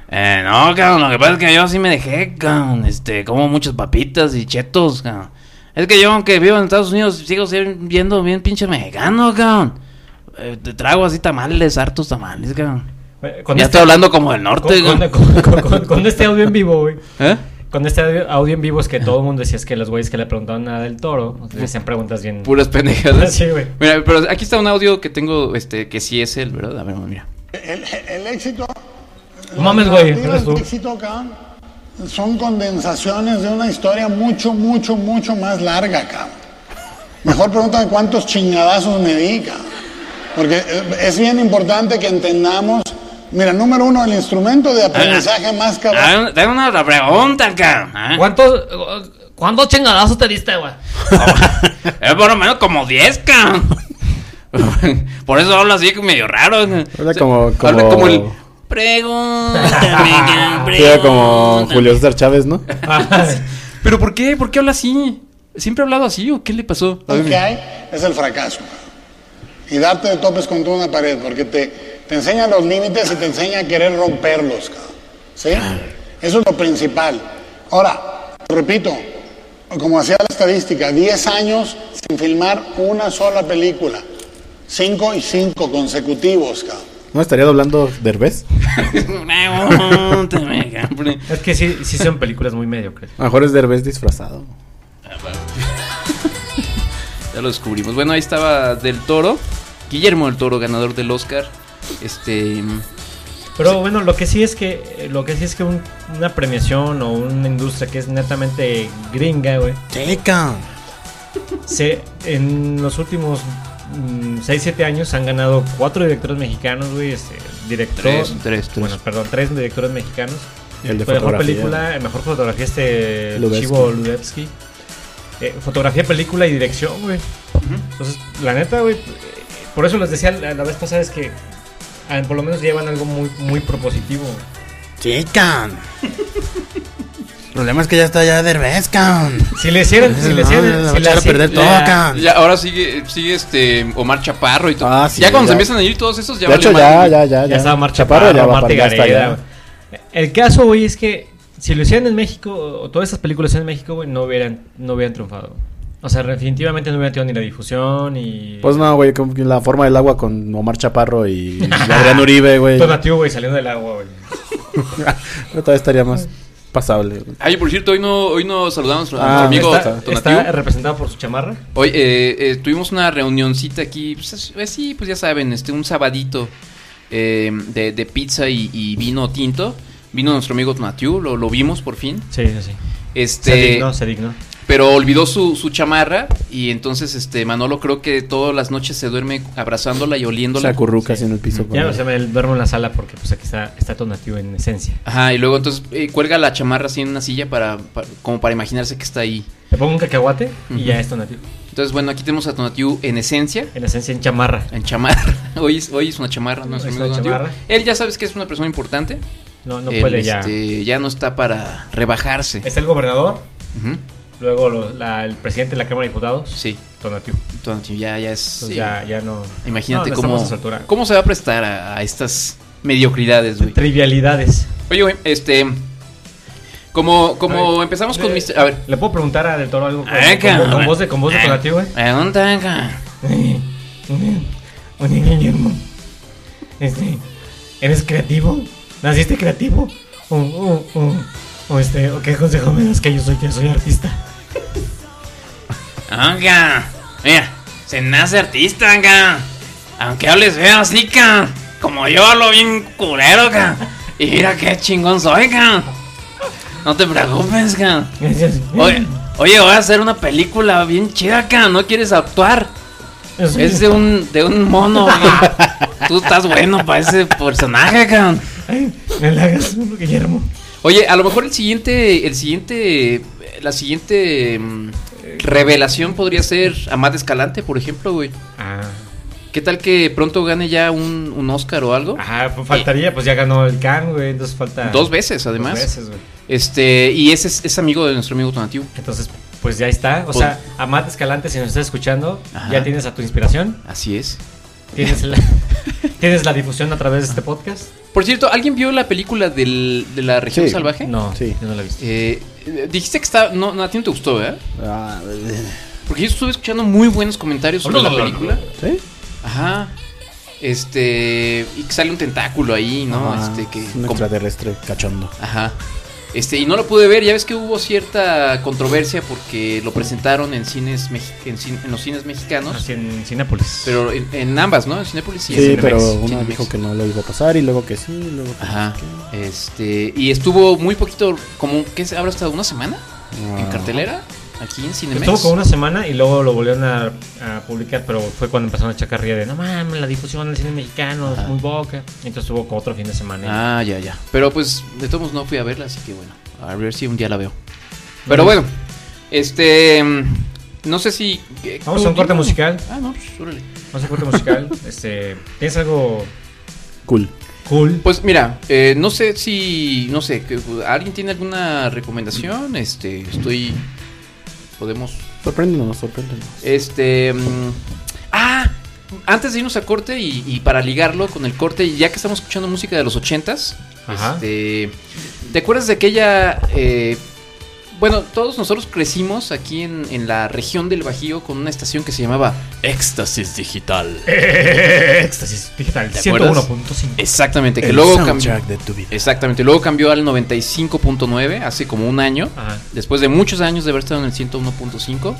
Speaker 4: Eh, no, cabrón, lo que pasa es que yo sí me dejé, cabrón. Este, como muchas papitas y chetos, cabrón. Es que yo, aunque vivo en Estados Unidos, sigo siendo- viendo bien pinche mexicano, cabrón. Eh, te trago así tamales, hartos tamales, cabrón.
Speaker 5: Con
Speaker 4: ya estoy hablando como del
Speaker 5: con-
Speaker 4: norte,
Speaker 5: con,
Speaker 4: cabrón.
Speaker 5: con- con- con- con este audio en vivo, güey.
Speaker 4: ¿Eh?
Speaker 5: Con este audio, audio en vivo es que todo el mundo decía es que los güeyes que le preguntaban nada del toro, le hacían preguntas bien.
Speaker 4: Puras pendejadas.
Speaker 5: Sí, güey.
Speaker 4: Mira, pero aquí está un audio que tengo, este, que sí es él, ¿verdad? A ver, mira.
Speaker 10: El, el éxito.
Speaker 5: No mames,
Speaker 10: las
Speaker 5: güey,
Speaker 10: narrativas
Speaker 5: eres tú.
Speaker 10: de éxito, cabrón, son condensaciones de una historia mucho, mucho, mucho más larga, cabrón. Mejor pregúntame cuántos chingadazos me di, cabrón. Porque eh, es bien importante que entendamos. Mira, número uno, el instrumento de aprendizaje más cabrón.
Speaker 4: A ver, Ah, tengo una otra pregunta, cabrón. ¿eh?
Speaker 9: ¿Cuántos, cuántos chingadazos te diste, güey?
Speaker 4: Es Eh, por lo menos como 10, cabrón. Por eso habla así medio raro.
Speaker 6: Habla como- como-
Speaker 4: Habla como el... Pregúntame, cabrón,
Speaker 6: Sí, era como
Speaker 4: pregúntame".
Speaker 6: Julio César Chávez, ¿no?
Speaker 5: Ah, sí.
Speaker 4: ¿Pero por qué? ¿Por qué habla así? ¿Siempre ha hablado así o qué le pasó?
Speaker 10: Lo que hay es el fracaso. Y darte de topes contra una pared, porque te, te enseña los límites y te enseña a querer romperlos. cabrón. ¿Sí? Eso es lo principal. Ahora, repito, como hacía la estadística, 10 años sin filmar una sola película. 5 y 5 consecutivos, cabrón.
Speaker 6: ¿No estaría doblando Derbez?
Speaker 4: Pregúntame, cabrón.
Speaker 5: Es que sí, sí son películas muy mediocres.
Speaker 6: A lo mejor es Derbez disfrazado.
Speaker 4: Ya lo descubrimos. Bueno, ahí estaba del Toro. Guillermo del Toro, ganador del Oscar. Este.
Speaker 5: Pero bueno, lo que sí es que eh, lo que sí es que un- una premiación o una industria que es netamente gringa, güey. Se, en los últimos 6-7 años han ganado cuatro directores mexicanos, güey. Este, director,
Speaker 4: Tres, tres, tres.
Speaker 5: Bueno, perdón, tres directores mexicanos.
Speaker 6: El de
Speaker 5: Fue mejor
Speaker 6: fotografía.
Speaker 5: película, eh, mejor fotografía este
Speaker 6: Lubezki.
Speaker 5: Chivo Ludevsky. Eh, fotografía, película y dirección, güey. Entonces, la neta, güey, eh, por eso les decía la, la vez pasada es que ah, por lo menos llevan algo muy, muy propositivo.
Speaker 6: Chican. El problema es que ya está ya Derbez, can.
Speaker 5: Si le hicieran, si le hicieran,
Speaker 6: No, no,
Speaker 5: si
Speaker 6: no, Ah, va a echar a
Speaker 5: si-
Speaker 6: perder todo, can.
Speaker 4: Ya, ahora sigue, sigue este Omar Chaparro y todo.
Speaker 6: Ah, sí,
Speaker 4: ya cuando
Speaker 6: ya.
Speaker 4: se empiezan a ir todos esos, ya
Speaker 6: De hecho,
Speaker 4: valió
Speaker 6: ya,
Speaker 4: madre.
Speaker 6: ya, ya.
Speaker 5: Ya estaba Omar
Speaker 6: Chaparro
Speaker 5: Chaparro,
Speaker 6: ya va
Speaker 5: Omar
Speaker 6: para allá, está
Speaker 5: Tigareda,
Speaker 6: allá.
Speaker 5: güey. El caso, güey, es que si lo hicieran en México, o todas esas películas en México, güey, no hubieran, no hubieran triunfado. O sea, definitivamente no hubieran tenido ni la difusión, ni...
Speaker 6: Pues no, güey, como que la forma del agua con Omar Chaparro y Adrián Uribe, güey.
Speaker 5: Tonatiuh, güey, saliendo del agua, güey.
Speaker 6: Todavía estaría más pasable. güey.
Speaker 4: Ay, Ah, por cierto, hoy no, hoy no saludamos a nuestro
Speaker 6: Ah,
Speaker 4: amigo
Speaker 5: está,
Speaker 4: Tonatiu.
Speaker 5: está representado por su chamarra.
Speaker 4: Hoy eh, eh, tuvimos una reunioncita aquí, pues as- así, pues ya saben, este, un sabadito eh, de, de pizza y, y vino tinto. Vino nuestro amigo Tonatiu, lo, lo vimos por fin.
Speaker 5: Sí, sí, sí.
Speaker 4: Este,
Speaker 5: Se dignó, se dignó.
Speaker 4: pero olvidó su, su chamarra y entonces este Manolo creo que todas las noches se duerme abrazándola y
Speaker 6: Se
Speaker 4: oliéndola.
Speaker 6: acurruca así en el piso.
Speaker 5: Ya
Speaker 6: güey.
Speaker 5: no se me duermo en la sala porque pues aquí está, está Tonatiuh en esencia.
Speaker 4: Ajá, y luego entonces eh, cuelga la chamarra así en una silla para, para- como para imaginarse que está ahí.
Speaker 5: Le pongo un cacahuate y
Speaker 4: Ujú.
Speaker 5: ya es Tonatiuh.
Speaker 4: Entonces, bueno, aquí tenemos a Tonatiu en esencia,
Speaker 5: En esencia, en chamarra.
Speaker 4: en chamarra. Hoy, es- hoy es una chamarra, no es
Speaker 5: Es
Speaker 4: amigo
Speaker 5: una
Speaker 4: Tonatiu.
Speaker 5: chamarra.
Speaker 4: Él ya sabes que es una persona importante.
Speaker 5: No, no
Speaker 4: Él,
Speaker 5: puede ya.
Speaker 4: este, no está para rebajarse.
Speaker 5: Está el gobernador,
Speaker 4: Ujú,
Speaker 5: luego lo- la- el presidente de la Cámara de Diputados,
Speaker 4: Sí,
Speaker 5: Tonatiuh.
Speaker 4: Tonatiu ya, ya es...
Speaker 5: Entonces
Speaker 4: sí.
Speaker 5: Pues ya, ya no.
Speaker 4: Imagínate
Speaker 5: no, no estamos a su altura.
Speaker 4: cómo, cómo se va a prestar a, a estas mediocridades, güey.
Speaker 5: Trivialidades.
Speaker 4: Oye, güey, este. Como,
Speaker 5: A
Speaker 4: como
Speaker 5: ver,
Speaker 4: empezamos
Speaker 5: le-
Speaker 4: con Mr. A ver. Eh,
Speaker 5: ¿Le puedo preguntar a Del Toro algo? Con,
Speaker 4: Ah,
Speaker 5: con-
Speaker 4: cabrón.
Speaker 5: con voz de, con voz de eh. Tonatiuh, güey.
Speaker 4: Pregunta acá.
Speaker 5: Oye, Guillermo, este, ¿eres creativo? ¿Naciste creativo? O, o- o- o este, ¿o ¿qué consejo me das que yo soy, que soy artista?
Speaker 4: Acá. Mira, se nace artista acá. Aunque hables feo así, ca. Como yo hablo bien culero, ca. Y mira qué chingón soy, ca. No te preocupes, ca.
Speaker 5: Gracias.
Speaker 4: Oye, oye, voy a hacer una película bien chida, ca. ¿No quieres actuar?
Speaker 5: Eso
Speaker 4: Es
Speaker 5: sí.
Speaker 4: de un, de un mono, ca. Tú estás bueno para ese personaje, ca.
Speaker 5: Ay, me halagas, Guillermo.
Speaker 4: Oye, a lo mejor el siguiente, el siguiente, la siguiente mm, revelación podría ser Amad Escalante, por ejemplo, güey.
Speaker 5: Ah,
Speaker 4: ¿Qué tal que pronto gane ya un, un Oscar o algo?
Speaker 5: pues faltaría, pues ya ganó el can, güey, entonces falta...
Speaker 4: Eh, Dos veces, además.
Speaker 5: Dos veces, güey.
Speaker 4: Este, y ese es, es amigo de nuestro amigo Tonatiuh.
Speaker 5: Entonces, pues ya está. O sea, Amat Escalante, si nos estás escuchando,
Speaker 4: Ajá.
Speaker 5: ya tienes a tu inspiración.
Speaker 4: Así es.
Speaker 5: Tienes la, tienes la difusión a través de este podcast.
Speaker 4: Por cierto, ¿alguien vio la película del- de la región
Speaker 6: Sí.
Speaker 4: salvaje?
Speaker 5: No,
Speaker 6: Sí.
Speaker 5: yo no la he visto.
Speaker 4: Eh, eh, dijiste que está, no, no, a ti no te gustó, ¿verdad?
Speaker 6: Ah,
Speaker 4: Porque yo estuve escuchando muy buenos comentarios sobre la película.
Speaker 6: ¿Sí?
Speaker 4: Ajá. Este, y que sale un tentáculo ahí, ¿no?
Speaker 6: Ah,
Speaker 4: este que
Speaker 6: Un
Speaker 4: como-
Speaker 6: extraterrestre cachondo.
Speaker 4: Ajá. Este, y no lo pude ver, ya ves que hubo cierta controversia porque lo presentaron en cines mexi- en, cin- en los cines mexicanos,
Speaker 5: Así en Sinápolis.
Speaker 4: pero en, en ambas, ¿no? En Cinépolis y
Speaker 6: Sí,
Speaker 4: en Cinemex,
Speaker 6: pero
Speaker 4: Cinemex.
Speaker 6: uno dijo que no lo iba a pasar y luego que sí, y luego que
Speaker 4: Ajá. Este, y estuvo muy poquito, como que habrá estado una semana en
Speaker 6: Ah.
Speaker 4: cartelera aquí en Cinemex.
Speaker 5: Estuvo como una semana y luego lo volvieron a, a publicar, pero fue cuando empezaron a echar carrilla de no mames, la difusión del cine mexicano es
Speaker 4: Ajá.
Speaker 5: muy boca. Entonces hubo como otro fin de semana.
Speaker 4: Ah, ya, ya. Pero pues de todos modos no fui a verla, así que bueno, a ver si un día la veo. Pero bueno, este mm, no sé si eh,
Speaker 5: Vamos a un corte musical.
Speaker 4: Ah, no, pues órale.
Speaker 5: No sé, corte musical. este, ¿Tienes algo
Speaker 6: Cool.
Speaker 5: cool?
Speaker 4: Pues mira, eh, no sé si, no sé, que- ¿alguien tiene alguna recomendación? Este, estoy, podemos,
Speaker 6: Sorpréndenos, sorpréndenos.
Speaker 4: este, mm, ah, antes de irnos a corte y, y para ligarlo con el corte, y ya que estamos escuchando música de los ochentas,
Speaker 5: Ajá.
Speaker 4: este, ¿te acuerdas de aquella, eh, bueno, todos nosotros crecimos aquí en, en la región del Bajío con una estación que se llamaba Éxtasis Digital.
Speaker 5: Éxtasis digital
Speaker 4: ¿Te acuerdas?
Speaker 5: 101.5.
Speaker 4: Exactamente, que
Speaker 6: El
Speaker 4: luego cambió.
Speaker 6: soundtrack de tu vida.
Speaker 4: Exactamente, luego cambió al 95.9 hace como un año,
Speaker 5: Ajá.
Speaker 4: después de muchos años de haber estado en el 101.5.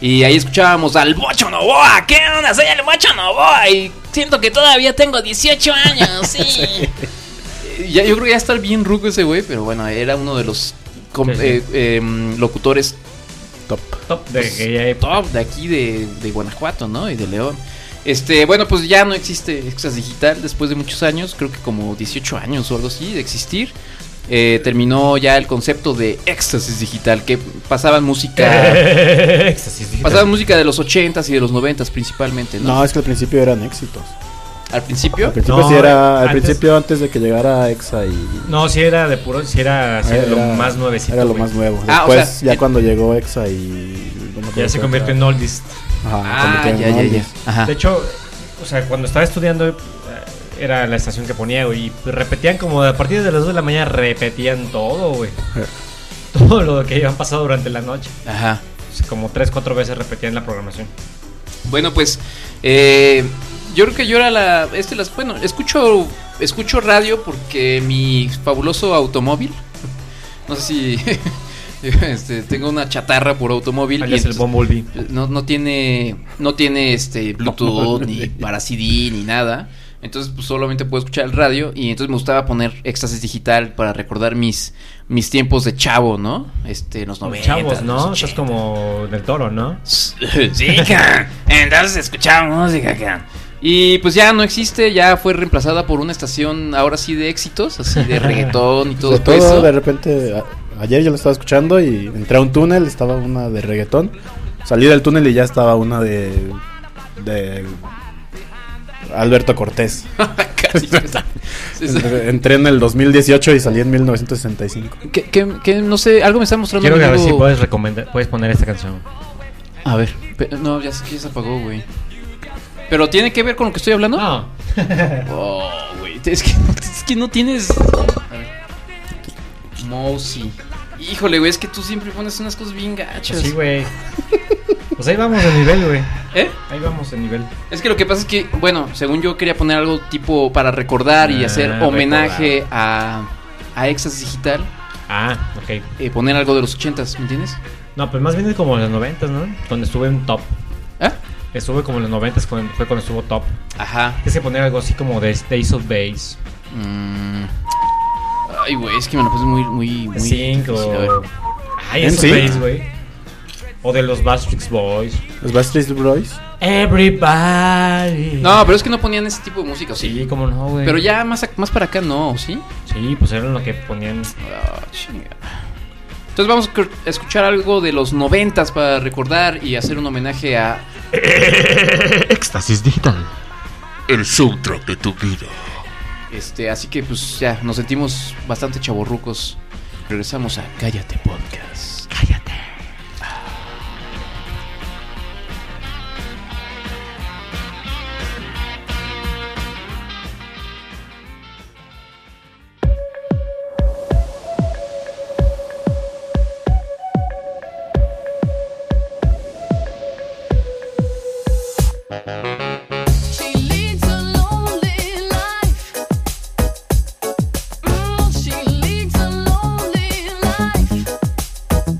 Speaker 4: Y ahí escuchábamos al Bocho Novoa. ¿Qué onda? Soy el Bocho Novoa. Y siento que todavía tengo 18 años. Sí. Eh, ya- yo creo que ya está bien ruco ese güey, pero bueno, era uno de los com-
Speaker 5: Sí, sí.
Speaker 4: eh, em, locutores top
Speaker 5: Ah, Top de
Speaker 4: pues,
Speaker 5: aquella época.
Speaker 4: top de aquí de, de Guanajuato, ¿no? Y de León. Este, bueno, pues ya no existe Extras Digital después de muchos años, creo que como 18 años o algo así de existir. Eh, terminó ya el concepto de éxtasis digital, que pasaban música.
Speaker 5: Éxtasis digital.
Speaker 4: pasaban música de los 80s y de los 90s principalmente, ¿no?
Speaker 6: No, Ah, es que al principio eran éxitos.
Speaker 4: Al
Speaker 6: Al
Speaker 4: principio.
Speaker 6: principio
Speaker 5: No,
Speaker 6: sí era. Al
Speaker 5: antes-
Speaker 6: principio antes de que llegara Exa y.
Speaker 5: No, si era de puro, si era, sí era lo
Speaker 6: era-
Speaker 5: más nuevecito.
Speaker 6: Era lo
Speaker 5: güey.
Speaker 6: más nuevo.
Speaker 4: Ah, o
Speaker 6: Después,
Speaker 4: sea,
Speaker 6: ya
Speaker 4: el-
Speaker 6: cuando llegó Exa y. no me acuerdo
Speaker 5: Ya se
Speaker 6: qué
Speaker 5: convirtió
Speaker 6: otra.
Speaker 5: en oldist.
Speaker 6: Ajá,
Speaker 4: Ah, ya, ya, ya. Ajá.
Speaker 5: De hecho, o sea, cuando estaba estudiando eh, era la estación que ponía, güey, y repetían como a partir de las 2 de la mañana repetían todo, güey.
Speaker 6: Eh.
Speaker 5: Todo lo que habían pasado durante la noche.
Speaker 4: Ajá.
Speaker 5: O sea, como 3, 4 veces repetían la programación.
Speaker 4: Bueno, pues eh, yo creo que yo era la este las bueno, escucho escucho radio porque mi fabuloso automóvil no sé si este, tengo una chatarra por automóvil
Speaker 5: Alias
Speaker 4: y
Speaker 5: el
Speaker 4: entonces-
Speaker 5: Bumblebee.
Speaker 4: no, no tiene no tiene este Bluetooth ni para CD ni nada. Entonces pues, solamente puedo escuchar el radio y entonces me gustaba poner éxtasis digital para recordar mis mis tiempos de chavo, ¿no? Este, en los 90.
Speaker 5: Chavos, ¿no?
Speaker 4: los
Speaker 5: Estás como del toro, ¿no?
Speaker 4: Sí, can. entonces escuchamos música, can. Y pues ya no existe, ya fue reemplazada por una estación ahora sí de éxitos, así de reggaetón y todo,
Speaker 6: De todo,
Speaker 4: eso.
Speaker 6: de repente, a- ayer yo lo estaba escuchando y entré a un túnel, estaba una de reggaetón. Salí del túnel y ya estaba una de. de. Alberto Cortés.
Speaker 4: Casi, casi. Sí, sí.
Speaker 6: Entré, entré en el 2018 y salí en 1965.
Speaker 4: Que, que- que no sé, algo me está mostrando.
Speaker 5: Quiero
Speaker 4: un
Speaker 5: que a ver si
Speaker 4: amigo-
Speaker 5: puedes recomendar, puedes poner esta canción.
Speaker 4: A ver, pe- no, ya, se- ya se apagó, güey. Pero tiene que ver con lo que estoy hablando.
Speaker 5: No.
Speaker 4: Oh, güey, es que, es que no tienes. A ver. Mousy. Híjole, güey, es que tú siempre pones unas cosas bien gachas.
Speaker 5: Sí, güey. Pues ahí vamos de nivel, güey.
Speaker 4: ¿Eh?
Speaker 5: Ahí vamos de nivel.
Speaker 4: Es que lo que pasa es que, bueno, según yo quería poner algo tipo para recordar y
Speaker 5: Ah,
Speaker 4: hacer
Speaker 5: recordar.
Speaker 4: homenaje a, a Exas Digital,
Speaker 5: Ah, ok.
Speaker 4: eh, poner algo de los ochentas, ¿me entiendes?
Speaker 5: No, pues más bien es como en los noventas, ¿no? Cuando estuve en top.
Speaker 4: ¿Ah?
Speaker 5: Estuve como en los noventas, cuando- fue cuando estuvo top.
Speaker 4: Ajá.
Speaker 5: Tienes que poner algo así como de Days of Base.
Speaker 4: Mm. Ay, güey, es que me lo puse muy, muy, muy. difícil, a ver.
Speaker 5: Cinco. Ay, Days of
Speaker 6: NSYNC.
Speaker 5: Base, güey. O de los Bastrix Boys.
Speaker 6: Los Backstreet Boys.
Speaker 5: Everybody.
Speaker 4: No, pero es que no ponían ese tipo de música, ¿o sí.
Speaker 5: Sí, cómo no, güey.
Speaker 4: Pero ya más, a- más para acá no, ¿o ¿sí?
Speaker 5: Sí, pues eran lo que ponían.
Speaker 4: Ah, chinga. Entonces vamos a cr- a escuchar algo de los noventas para recordar y hacer un homenaje a
Speaker 8: Éxtasis digital.
Speaker 2: El soundtrack de tu vida.
Speaker 4: Este, así que pues ya, nos sentimos bastante chaborrucos. Regresamos a Cállate Podcast. Cállate.
Speaker 7: She leads a lonely life. Mm, She leads a lonely life.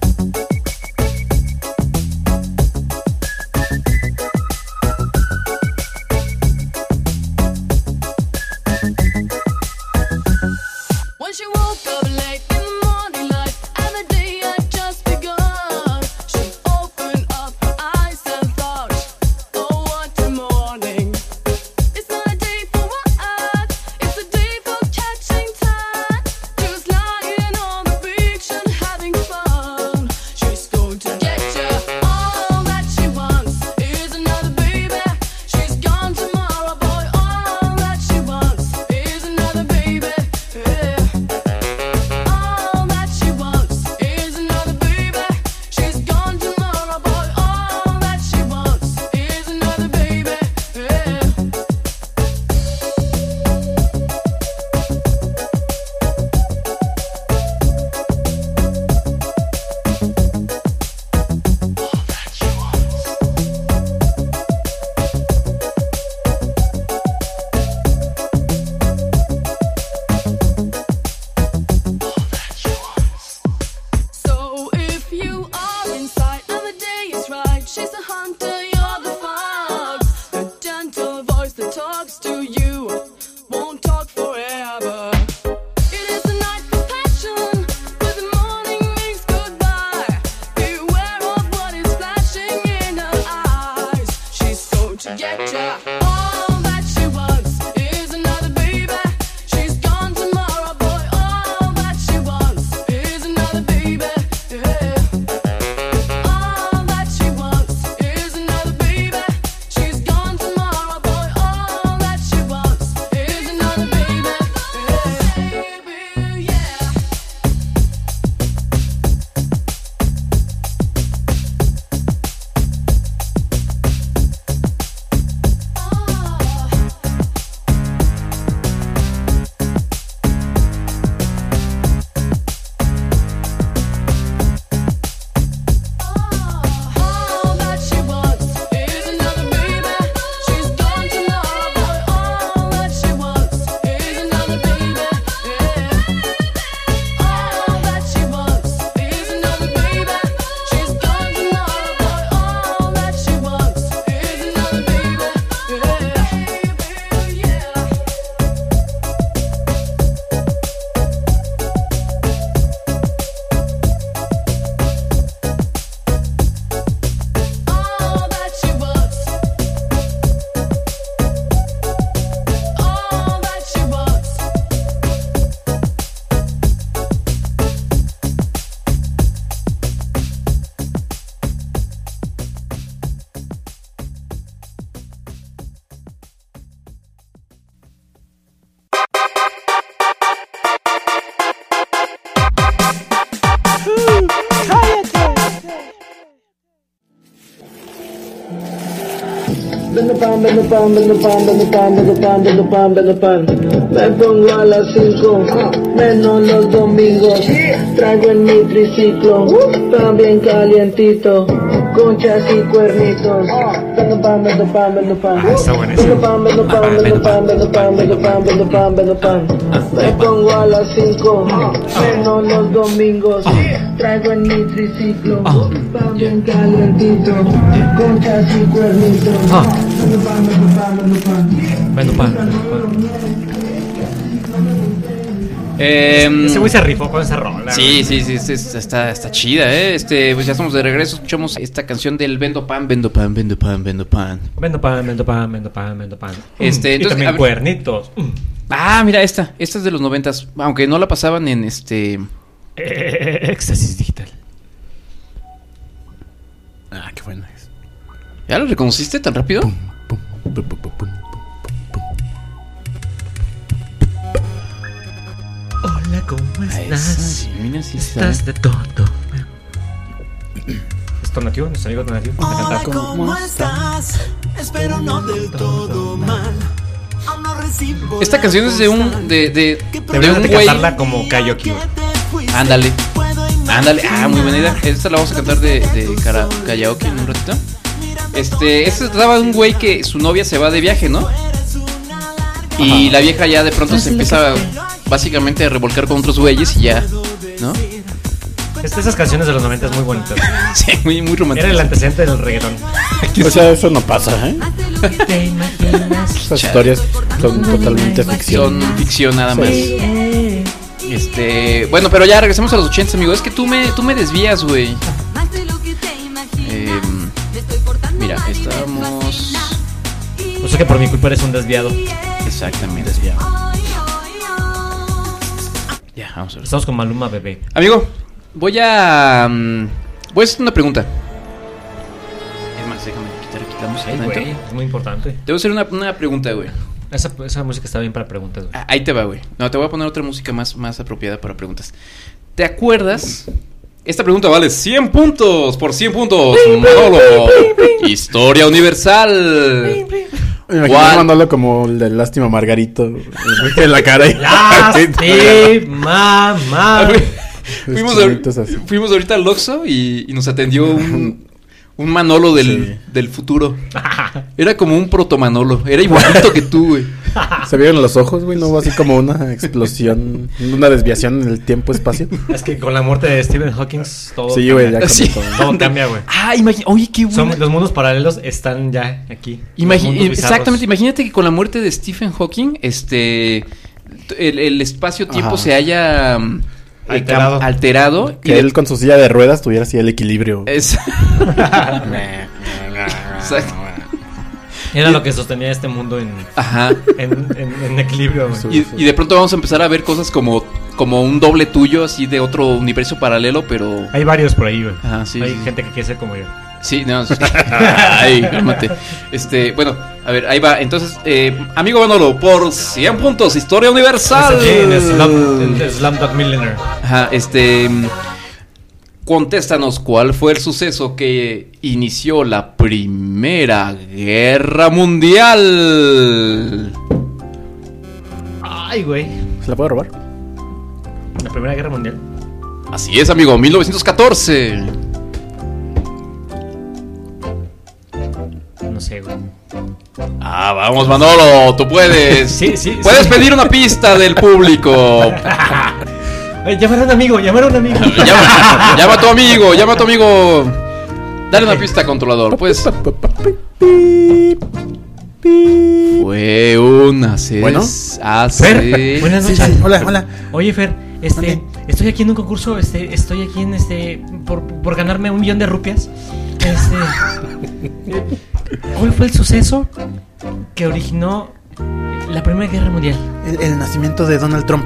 Speaker 7: When she woke up late in the morning light and the day had just begun, she opened up her eyes and thought, Oh, what more? next to you won't talk forever. It is the night for passion, but the morning means goodbye. Beware of what is flashing in her eyes. She's so to get ya. All that she wants is another baby. She's gone tomorrow, boy. All that she wants is another baby. Yeah. All that she wants is another baby. She's gone tomorrow, boy. All that she wants is another baby. Baby, yeah. Oh. All that she wants is another baby. She's gone tomorrow, boy. All that she wants is another baby. All that she wants is another baby. She's gone tomorrow, boy. All that she wants is another baby. Yeah. All that she wants. All that she wants.
Speaker 11: Pan, vengo pan, vengo pan, vengo pan, vengo pan, vengo pan, vengo pan. Me pongo a las 5, menos los domingos. Traigo en mi triciclo, pan bien calientito, conchas y cuernitos. Vengo pan, vengo pan, vengo pan.
Speaker 5: Ah, está buenísimo. Ah,
Speaker 11: Vengo pan, vengo pan, vengo pan, vengo pan, vengo pan, vengo pan, vengo pan. Me pongo a las 5, menos los domingos.
Speaker 5: Ah.
Speaker 11: Traigo en mi triciclo, pan bien calientito, conchas y cuernitos.
Speaker 5: Ah. Bueno, pan.
Speaker 4: Em,
Speaker 5: Ese güey se rifó con esa rola.
Speaker 4: Sí, sí, sí, sí, sí, está, está chida, ¿eh? Este, pues ya estamos de regreso, escuchamos esta canción del Vendo Pan, Vendo Pan, Vendo Pan, Vendo Pan.
Speaker 5: Vendo pan, vendo pan, vendo pan, vendo pan.
Speaker 4: Este,
Speaker 5: Mm, y
Speaker 4: entonces, a
Speaker 5: también
Speaker 4: ver-
Speaker 5: cuernitos. Mm.
Speaker 4: Ah, mira esta, esta es de los noventas, aunque no la pasaban en este...
Speaker 5: Eh, éxtasis digital.
Speaker 6: Ah, qué buena es.
Speaker 4: ¿Ya lo reconociste tan rápido?
Speaker 6: Pum, pum, pum, pum.
Speaker 5: Hola, ¿cómo
Speaker 4: Ah, esa, sí, mira, sí está.
Speaker 5: de tonto. Es Tonatiuh, nuestro amigo Tonatiuh. Me
Speaker 7: Hola,
Speaker 5: encantaba.
Speaker 7: ¿cómo estás? Espero no del todo mal. Aún no recibo
Speaker 4: Esta
Speaker 7: la
Speaker 4: canción es de un...
Speaker 7: postal.
Speaker 4: de, de, de
Speaker 5: Deberías
Speaker 4: un
Speaker 5: de
Speaker 4: güey...
Speaker 5: cantarla como Kayoki. güey.
Speaker 4: Ándale, ándale, ah, muy buena idea. Esta la vamos a cantar de, de cara- karaoke en un ratito. Este, esta se trataba de un güey que su novia se va de viaje, ¿no? Y la vieja ya de pronto se empieza básicamente a revolcar con otros güeyes y ya, ¿no?
Speaker 5: Es de esas canciones de los 90 muy bonitas.
Speaker 4: Sí, muy, muy
Speaker 5: Era el
Speaker 4: romántico.
Speaker 5: antecedente del reggaetón.
Speaker 6: O sea, eso no pasa, ¿eh?
Speaker 9: ¿Te imaginas?
Speaker 6: Esas historias son totalmente ficción.
Speaker 4: Son ficción nada más.
Speaker 6: Sí.
Speaker 9: Eh,
Speaker 4: Este, bueno, pero ya regresemos a los 80, amigo. Es que tú me, tú me desvías, güey.
Speaker 7: Más de lo que te imaginas.
Speaker 4: Em,
Speaker 7: Me estoy portando
Speaker 4: mira,
Speaker 7: mal y me
Speaker 4: estamos.
Speaker 7: fascina.
Speaker 5: O sea que por mi culpa eres un desviado.
Speaker 7: eh.
Speaker 4: Exactamente.
Speaker 7: Hoy, hoy, hoy.
Speaker 4: Ya, vamos a ver.
Speaker 5: Estamos con Maluma, bebé.
Speaker 4: Amigo, voy a. mm, voy a hacer una pregunta. Es más, déjame quitar aquí la música.
Speaker 5: Ay, güey, es muy importante.
Speaker 4: Te voy a hacer una, una pregunta, güey.
Speaker 5: Esa, esa música está bien para preguntas, güey.
Speaker 4: Ah, Ahí te va, güey. No, te voy a poner otra música más, más apropiada para preguntas. ¿Te acuerdas? Esta pregunta vale 100 puntos. Por 100 puntos, Manolo. Historia universal.
Speaker 6: Me imagino
Speaker 4: ¿Cuál?
Speaker 6: mandándolo como el de Lástima Margarito. En la cara. y-
Speaker 5: Ah, Lástima,
Speaker 4: Ah,
Speaker 5: mamá.
Speaker 4: güey. fuimos, ahor-
Speaker 6: chinitos así.
Speaker 4: fuimos ahorita al Oxxo y, y nos atendió un, un Manolo del, del futuro. Era como un proto Manolo. Era igualito que tú, güey.
Speaker 6: Se vieron los ojos, güey, no hubo así como una explosión, una desviación en el tiempo-espacio.
Speaker 5: Es que con la muerte de Stephen Hawking todo
Speaker 6: Sí, güey, ya
Speaker 5: cambia.
Speaker 6: cambió
Speaker 5: todo,
Speaker 6: todo.
Speaker 5: cambia, güey.
Speaker 4: Ah, imagínate. Oye, qué
Speaker 5: Son-
Speaker 4: bueno.
Speaker 5: los mundos paralelos están ya aquí. Los mundos bizarros.
Speaker 4: eh, exactamente, imagínate que con la muerte de Stephen Hawking, este t- el, el espacio-tiempo
Speaker 6: Ajá.
Speaker 4: se haya mm, eh,
Speaker 5: Alterado.
Speaker 4: cam- alterado y
Speaker 6: Que él con su silla de ruedas tuviera así el equilibrio.
Speaker 4: Es- Exacto.
Speaker 5: Era lo que sostenía este mundo en,
Speaker 4: Ajá.
Speaker 5: en, en- en equilibrio, güey.
Speaker 4: Y, y de pronto vamos a empezar a ver cosas como, como un doble tuyo, así de otro universo paralelo, pero.
Speaker 5: Hay varios por ahí, güey.
Speaker 4: Ajá, Ah, sí,
Speaker 5: Hay
Speaker 4: sí, sí.
Speaker 5: gente que quiere ser como yo.
Speaker 4: Sí, no. sí. Ay, cálmate. Este, bueno, a ver, ahí va. Entonces, eh, amigo Manolo, por 100 puntos, historia universal.
Speaker 5: Es aquí en el Slum- en Slumdog Millionaire.
Speaker 4: Ajá, este. mm, Contéstanos cuál fue el suceso que inició la Primera Guerra Mundial.
Speaker 5: Ay, güey.
Speaker 6: ¿Se la puedo robar?
Speaker 5: La Primera Guerra Mundial.
Speaker 4: Así es, amigo, 1914.
Speaker 5: No sé, güey.
Speaker 4: Ah, vamos, Manolo, tú puedes.
Speaker 5: Sí, sí,
Speaker 4: Puedes
Speaker 5: sí.
Speaker 4: pedir una pista del público.
Speaker 5: Ay, llamar a un amigo, llamar a un amigo.
Speaker 4: Llama, llama a tu amigo, llama a tu amigo. Dale una pista, controlador, pues. Fue un ases-
Speaker 6: Bueno.
Speaker 4: ases-
Speaker 9: Buenas noches.
Speaker 6: Hola, hola.
Speaker 9: Oye, Fer, este, estoy aquí en un concurso, este, estoy aquí en este, por, por ganarme un millón de rupias. Este, ¿cuál fue el suceso que originó la Primera Guerra Mundial?
Speaker 6: El, nacimiento de Donald Trump.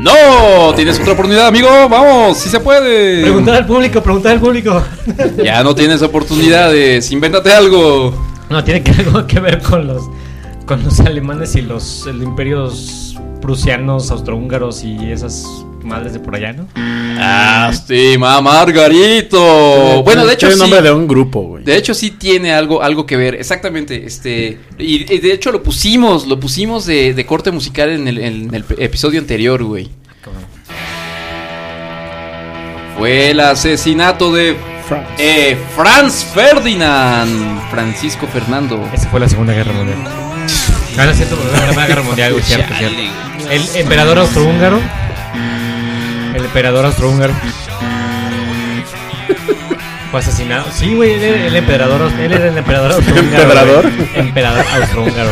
Speaker 4: No, tienes otra oportunidad, amigo. Vamos, si se puede.
Speaker 5: Preguntar al público, preguntar al público.
Speaker 4: Ya no tienes oportunidades. Invéntate algo.
Speaker 5: No, tiene que algo que ver con los con los alemanes y los el imperios prusianos, austrohúngaros y esas madres de por allá, ¿no?
Speaker 4: Lástima, Margarito. Oh, Bueno, de hecho sí.
Speaker 6: Es el nombre de Ah. Eh, un grupo, güey.
Speaker 4: De hecho, sí tiene algo, algo que ver, exactamente. Este, y, y de hecho lo pusimos, lo pusimos de, de corte musical en el, en el episodio anterior, güey. Fue el asesinato de
Speaker 6: Franz.
Speaker 4: eh, Franz Ferdinand, Francisco Fernando.
Speaker 5: Esa fue la Segunda Guerra Mundial. Ah, no es cierto, pero la Primera Guerra Mundial, güey, cierto, cierto. El emperador austrohúngaro. El emperador austrohúngaro. Fue asesinado. Sí, güey, él era el emperador, aus- él era el emperador austrohúngaro.
Speaker 6: ¿Emperador?
Speaker 5: güey. Emperador austrohúngaro.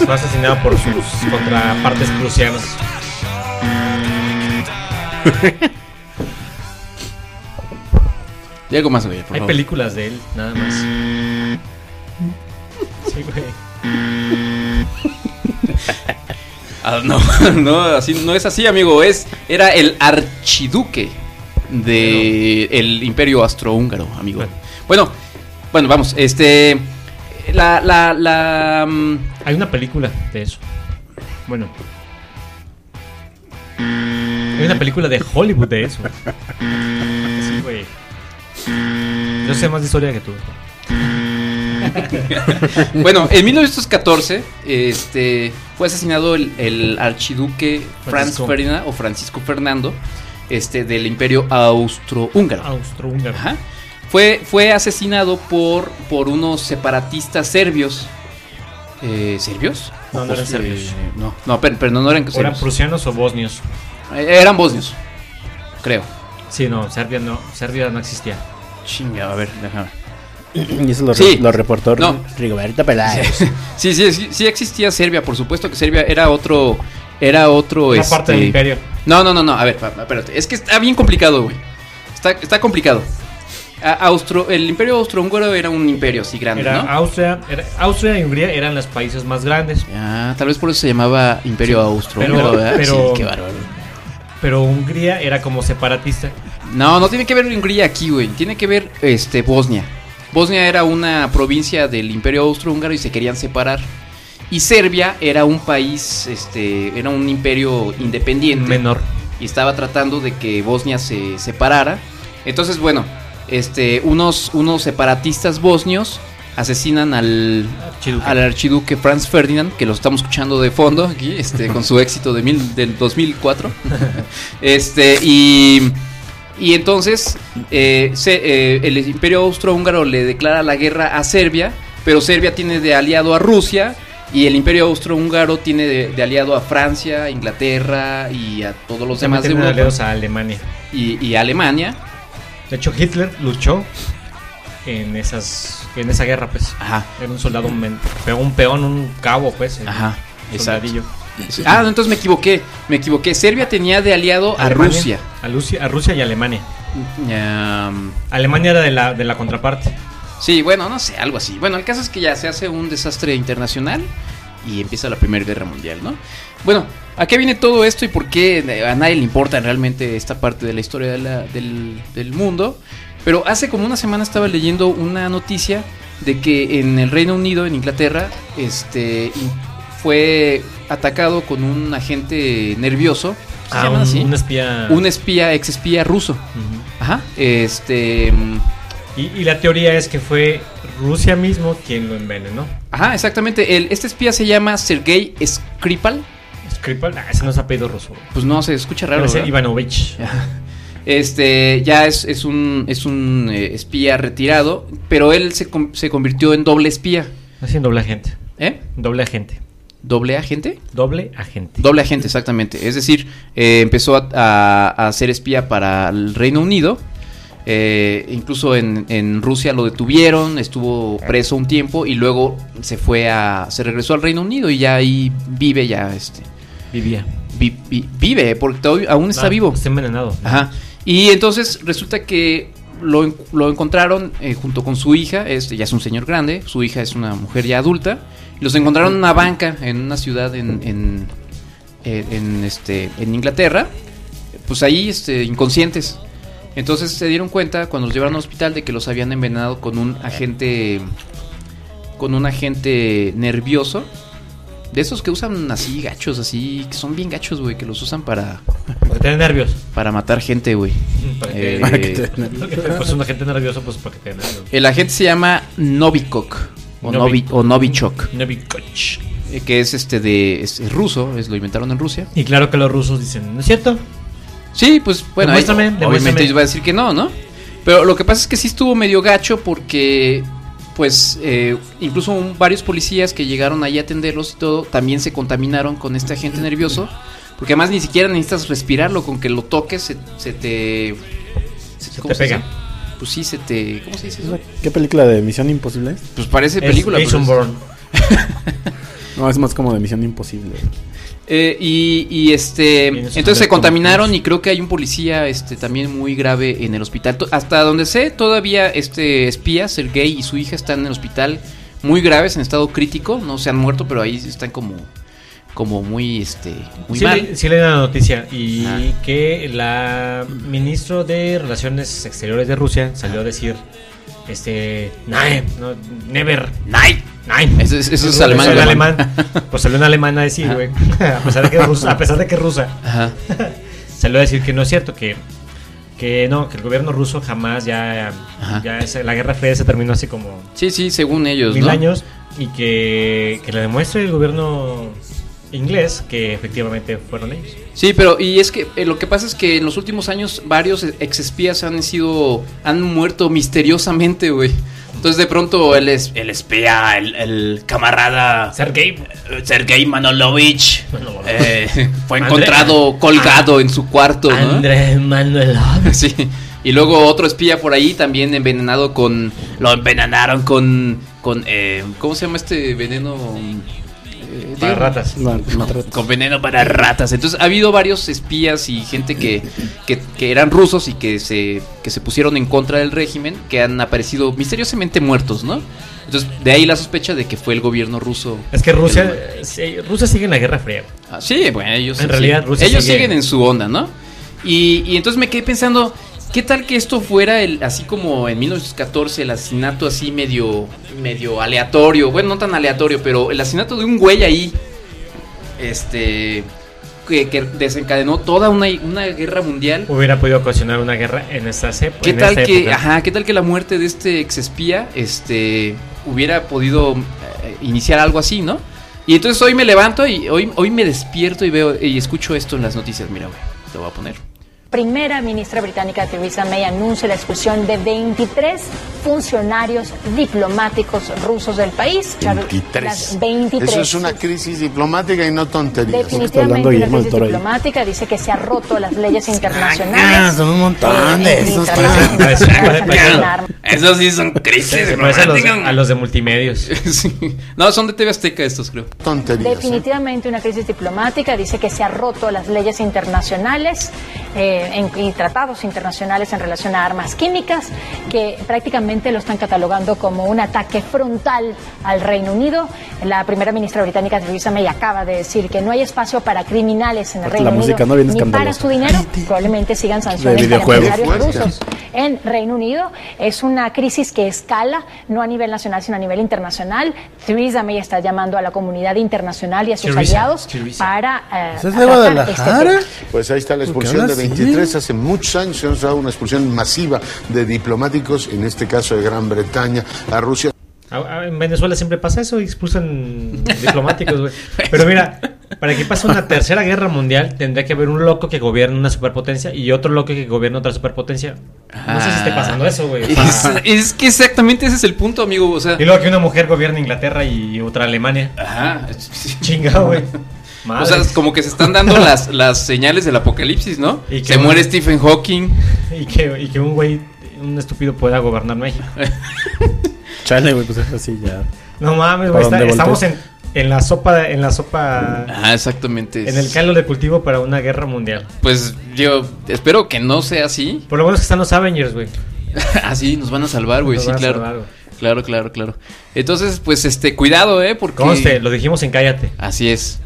Speaker 5: Y fue asesinado por sus contrapartes prusianas.
Speaker 4: Y algo más, güey, por
Speaker 5: Hay
Speaker 4: favor.
Speaker 5: películas de él, nada más. Sí, güey.
Speaker 4: Ah, no, no, así, no es así, amigo. Es, era el archiduque de el imperio austrohúngaro, amigo. Bueno, bueno, vamos, este. La, la, la. mm,
Speaker 5: Hay una película de eso. Bueno. Hay una película de Hollywood de eso. Sí, güey. Yo sé más de historia que tú.
Speaker 4: Bueno, en 1914 este, fue asesinado el, el archiduque Franz
Speaker 5: Francisco.
Speaker 4: Ferdinand o Francisco Fernando este, del imperio austrohúngaro.
Speaker 5: Austrohúngaro.
Speaker 4: Ajá. Fue, fue asesinado por, por unos separatistas serbios. Eh, ¿Serbios?
Speaker 5: No, no eran
Speaker 4: Eh,
Speaker 5: serbios.
Speaker 4: no, no, pero, pero no eran
Speaker 5: ¿O ¿Eran
Speaker 4: serbios.
Speaker 5: prusianos o bosnios?
Speaker 4: Eh, eran bosnios, creo.
Speaker 5: Sí, no, Serbia no, Serbia no existía.
Speaker 4: Chingado, a ver, déjame ver.
Speaker 6: Y eso lo, re-
Speaker 4: Sí.
Speaker 6: lo reportó
Speaker 4: No.
Speaker 6: Rigoberto Peláez.
Speaker 4: Sí, sí, sí, sí existía Serbia, por supuesto que Serbia era otro... Era otro...
Speaker 5: Una parte del
Speaker 4: este,
Speaker 5: imperio.
Speaker 4: No, no, no, no. A ver, pa- pa- espérate. Es que está bien complicado, güey. Está, está complicado. A- Austro, el imperio austrohúngaro era un imperio así grande,
Speaker 5: Era
Speaker 4: ¿no?
Speaker 5: Austria, era- Austria y Hungría eran los países más grandes.
Speaker 4: Ah, tal vez por eso se llamaba imperio austrohúngaro,
Speaker 5: pero-
Speaker 4: ¿verdad?
Speaker 5: pero-
Speaker 4: Sí, qué bárbaro.
Speaker 5: Pero Hungría era como separatista.
Speaker 4: No, no tiene que ver Hungría aquí, güey. Tiene que ver este, Bosnia. Bosnia era una provincia del imperio austrohúngaro y se querían separar. Y Serbia era un país, este, era un imperio independiente.
Speaker 5: Menor.
Speaker 4: y estaba tratando de que Bosnia se separara. Entonces, bueno, este, unos, unos separatistas bosnios asesinan al,
Speaker 5: Archiduque.
Speaker 4: al archiduque Franz Ferdinand, que lo estamos escuchando de fondo aquí, este, con su éxito de mil, del 2004. Este, y, Y entonces eh, se- eh, el imperio austrohúngaro le declara la guerra a Serbia, pero Serbia tiene de aliado a Rusia y el imperio austrohúngaro tiene de, de aliado a Francia, a Inglaterra y a todos los demás
Speaker 5: También
Speaker 4: de
Speaker 5: tienen
Speaker 4: Europa.
Speaker 5: aliados a Alemania.
Speaker 4: Y, y a Alemania.
Speaker 5: De hecho, Hitler luchó en esas en esa guerra, pues. Era un soldado, un, men- un peón, un cabo, pues. Ajá.
Speaker 4: exacto. Ah, no, entonces me equivoqué, me equivoqué. Serbia tenía de aliado a
Speaker 5: Alemania,
Speaker 4: Rusia.
Speaker 5: A Rusia, a Rusia y Alemania. Alemania era de la, de la contraparte.
Speaker 4: Em, Sí, bueno, no sé, algo así. Bueno, el caso es que ya se hace un desastre internacional y empieza la Primera Guerra Mundial, ¿no? Bueno, ¿a qué viene todo esto y por qué a nadie le importa realmente esta parte de la historia de la- del, del mundo? Pero hace como una semana estaba leyendo una noticia de que en el Reino Unido, en Inglaterra, este in- fue atacado con un agente nervioso. ¿Se
Speaker 5: Ah,
Speaker 4: llaman
Speaker 5: un-
Speaker 4: así?
Speaker 5: un espía.
Speaker 4: Un espía, ex espía ruso. Ajá. Este.
Speaker 5: Y, y la teoría es que fue Rusia mismo quien lo envenenó.
Speaker 4: Ajá, exactamente. El, este espía se llama Sergei Skripal.
Speaker 5: Skripal, ah, ese no es apellido ruso.
Speaker 4: Pues no, se escucha raro.
Speaker 5: Debe ser
Speaker 4: ¿verdad?
Speaker 5: Ivanovich.
Speaker 4: Este ya es, es un, es un eh, espía retirado, pero él se, com- se convirtió en doble espía.
Speaker 5: Así en doble agente.
Speaker 4: ¿Eh?
Speaker 5: Doble agente.
Speaker 4: ¿Doble agente?
Speaker 5: Doble agente.
Speaker 4: Doble agente, exactamente. Es decir, eh, empezó a, a- a ser espía para el Reino Unido. Eh, incluso en, en Rusia lo detuvieron, estuvo preso un tiempo y luego se fue a. se regresó al Reino Unido y ya ahí vive ya este.
Speaker 5: Vivía.
Speaker 4: vi- vi- vive, porque todavía- aún está
Speaker 5: Ah,
Speaker 4: vivo.
Speaker 5: Está envenenado.
Speaker 4: Ajá. Y entonces resulta que lo, en- lo encontraron eh, junto con su hija, este ya es un señor grande, su hija es una mujer ya adulta, y los encontraron en una banca en una ciudad en, en, en- en, este, en Inglaterra, pues ahí este, inconscientes. Entonces se dieron cuenta cuando los llevaron al hospital de que los habían envenenado con un agente con un agente nervioso. De esos que usan así gachos, así, que son bien gachos, güey, que los usan para...
Speaker 5: Para tener nervios.
Speaker 4: Para matar gente, güey.
Speaker 5: Para que,
Speaker 4: Eh,
Speaker 5: para que te- pues un agente nervioso, pues para que te nervioso.
Speaker 4: El agente se llama Novikok o,
Speaker 5: Novi-
Speaker 4: Novi- o Novichok,
Speaker 5: Novikov.
Speaker 4: eh, que es este de es, es ruso, es, lo inventaron en Rusia.
Speaker 5: Y claro que los rusos dicen, ¿no es cierto?
Speaker 4: Sí, pues bueno, ahí-
Speaker 5: Demuéstrame,
Speaker 4: obviamente
Speaker 5: demuéstrame.
Speaker 4: ellos van a decir que no, ¿no? Pero lo que pasa es que sí estuvo medio gacho porque, pues, eh, incluso un- varios policías que llegaron ahí a atenderlos y todo, también se contaminaron con este agente nervioso. Porque además ni siquiera necesitas respirarlo, con que lo toques se, se te... Se, ¿cómo se
Speaker 5: pega.
Speaker 4: dice? Pues sí, se te... ¿Cómo se dice eso?
Speaker 6: ¿Qué película de Misión Imposible? es?
Speaker 4: Pues parece película. pero es-
Speaker 6: No, es más como de Misión Imposible.
Speaker 4: Eh, y, y, este entonces se
Speaker 6: Alberto
Speaker 4: contaminaron y creo que hay un policía este también muy grave en el hospital. To- Hasta donde sé, todavía este espía, Sergei y su hija están en el hospital muy graves, en estado crítico, no se han muerto, pero ahí están como como muy este muy
Speaker 5: sí,
Speaker 4: mal. Ah.
Speaker 5: le, sí leí la noticia y que la ministro de Relaciones Exteriores de Rusia
Speaker 4: Ah.
Speaker 5: salió a decir este nein, no, never,
Speaker 4: nein,
Speaker 5: nein.
Speaker 4: Eso es- eso es alemán,
Speaker 5: Salió
Speaker 4: alemán. Ah.
Speaker 5: Pues salió una alemana a decir,
Speaker 4: Ajá.
Speaker 5: güey, a pesar de que rusa, a pesar de que rusa.
Speaker 4: Ajá.
Speaker 5: salió a decir que no es cierto que que no, que el gobierno ruso jamás ya ya esa- la Guerra Fría se terminó así como
Speaker 4: Sí, sí, según ellos,
Speaker 5: mil
Speaker 4: ¿no?
Speaker 5: años y que, que le demuestre el gobierno inglés que efectivamente fueron ellos.
Speaker 4: Sí, pero y es que eh, lo que pasa es que en los últimos años varios ex espías han sido han muerto misteriosamente, güey. Entonces de pronto el, es- el espía, el, el camarada
Speaker 5: Sergei pues,
Speaker 4: Sergei Manolovich eh, fue
Speaker 5: André- Ah,
Speaker 4: encontrado colgado en su cuarto, ¿no?
Speaker 5: Andrés Manuel.
Speaker 4: Sí. Y luego otro espía por ahí también envenenado con lo envenenaron con con eh, ¿cómo se llama este veneno? Eh,
Speaker 5: Para
Speaker 4: digo-
Speaker 5: ratas.
Speaker 4: con veneno para ratas. Entonces ha habido varios espías y gente que, que, que eran rusos y que se, que se pusieron en contra del régimen, que han aparecido misteriosamente muertos, ¿no? Entonces de ahí la sospecha de que fue el gobierno ruso.
Speaker 5: Es que Rusia, sí, Rusia sigue en la Guerra Fría.
Speaker 4: Ah, sí, bueno, ellos,
Speaker 5: En realidad,
Speaker 4: sí,
Speaker 5: Rusia
Speaker 4: ellos
Speaker 5: sigue-
Speaker 4: siguen en su onda, ¿no? Y, y entonces me quedé pensando, ¿qué tal que esto fuera el, así como en 1914 el asesinato así medio, medio aleatorio? Bueno, no tan aleatorio, pero el asesinato de un güey ahí, este, que, que desencadenó toda una, una guerra mundial.
Speaker 5: Hubiera podido ocasionar una guerra en estas épocas.
Speaker 4: ¿Qué
Speaker 5: en
Speaker 4: tal
Speaker 5: esta
Speaker 4: que,
Speaker 5: época.
Speaker 4: ajá, qué tal que la muerte de este ex espía, este, hubiera podido eh, iniciar algo así, ¿no? Y entonces hoy me levanto y hoy, hoy me despierto y veo y escucho esto en las noticias. Mira, güey, te voy a poner.
Speaker 12: primera ministra británica Theresa May anuncia la expulsión de 23 funcionarios diplomáticos rusos del país. Claro,
Speaker 13: 23.
Speaker 12: Las 23.
Speaker 13: Eso es una crisis diplomática y no tonterías.
Speaker 12: Definitivamente la crisis diplomática dice que se ha roto las leyes internacionales.
Speaker 13: Ah, son un montón de esos.
Speaker 4: Esos sí son crisis.
Speaker 5: Se parece a los, a los de multimedios.
Speaker 4: No, son de TV Azteca estos, creo.
Speaker 5: Tonterías.
Speaker 12: Definitivamente una crisis diplomática dice que se ha roto las leyes internacionales eh, en- y tratados internacionales en relación a armas químicas, que prácticamente lo están catalogando como un ataque frontal al Reino Unido. La primera ministra británica Theresa May acaba de decir que no hay espacio para criminales en el
Speaker 6: Aparte,
Speaker 12: Reino
Speaker 6: la música
Speaker 12: Unido
Speaker 6: no viene
Speaker 12: ni para
Speaker 6: escandalosa.
Speaker 12: su dinero. Probablemente sigan sanciones para
Speaker 6: videojuegos.
Speaker 12: empresarios
Speaker 6: Fuerte.
Speaker 12: rusos en Reino Unido. Es una crisis que escala no a nivel nacional, sino a nivel internacional. Theresa May está llamando a la comunidad internacional y a sus
Speaker 13: Theresa,
Speaker 12: aliados
Speaker 13: Theresa.
Speaker 12: para eh,
Speaker 13: ¿Eso es de
Speaker 12: tratar
Speaker 13: Guadalajara?
Speaker 12: este tema.
Speaker 13: Pues ahí está la expulsión
Speaker 6: ahora
Speaker 13: de
Speaker 6: sí.
Speaker 13: 23. Hace muchos años se nos ha dado una expulsión masiva de diplomáticos, en este caso de Gran Bretaña, a Rusia.
Speaker 5: A- a- En Venezuela siempre pasa eso, expulsan diplomáticos, güey. Pero mira, para que pase una tercera guerra mundial, tendría que haber un loco que gobierne una superpotencia y otro loco que gobierne otra superpotencia. No sé si
Speaker 4: Ah.
Speaker 5: esté pasando eso, güey. O
Speaker 4: Es,
Speaker 5: sea,
Speaker 4: es que exactamente ese es el punto, amigo. O sea,
Speaker 5: Y luego que una mujer gobierne Inglaterra y otra Alemania.
Speaker 4: Ajá.
Speaker 5: Chinga, güey.
Speaker 4: o sea, es como que se están dando las, las señales del apocalipsis, ¿no?
Speaker 5: Y que
Speaker 4: se
Speaker 5: un-
Speaker 4: muere Stephen Hawking.
Speaker 5: Y que, y que un güey, un estúpido pueda gobernar México.
Speaker 6: Chale, güey, pues es así ya.
Speaker 5: No mames,
Speaker 6: ¿Para
Speaker 5: güey. está-
Speaker 6: dónde
Speaker 5: estamos en,
Speaker 6: volteas?
Speaker 5: en la sopa, en la sopa,
Speaker 4: Ajá, exactamente.
Speaker 5: en el caldo de cultivo para una guerra mundial.
Speaker 4: Pues yo espero que no sea así.
Speaker 5: Por lo menos que están los Avengers, güey.
Speaker 4: así nos van a salvar, güey.
Speaker 5: Nos
Speaker 4: Sí,
Speaker 5: van a
Speaker 4: claro.
Speaker 5: salvar, güey.
Speaker 4: claro, claro, claro. Entonces, pues este, cuidado, ¿eh? Porque.
Speaker 5: Conste, lo dijimos en Cállate.
Speaker 4: Así es.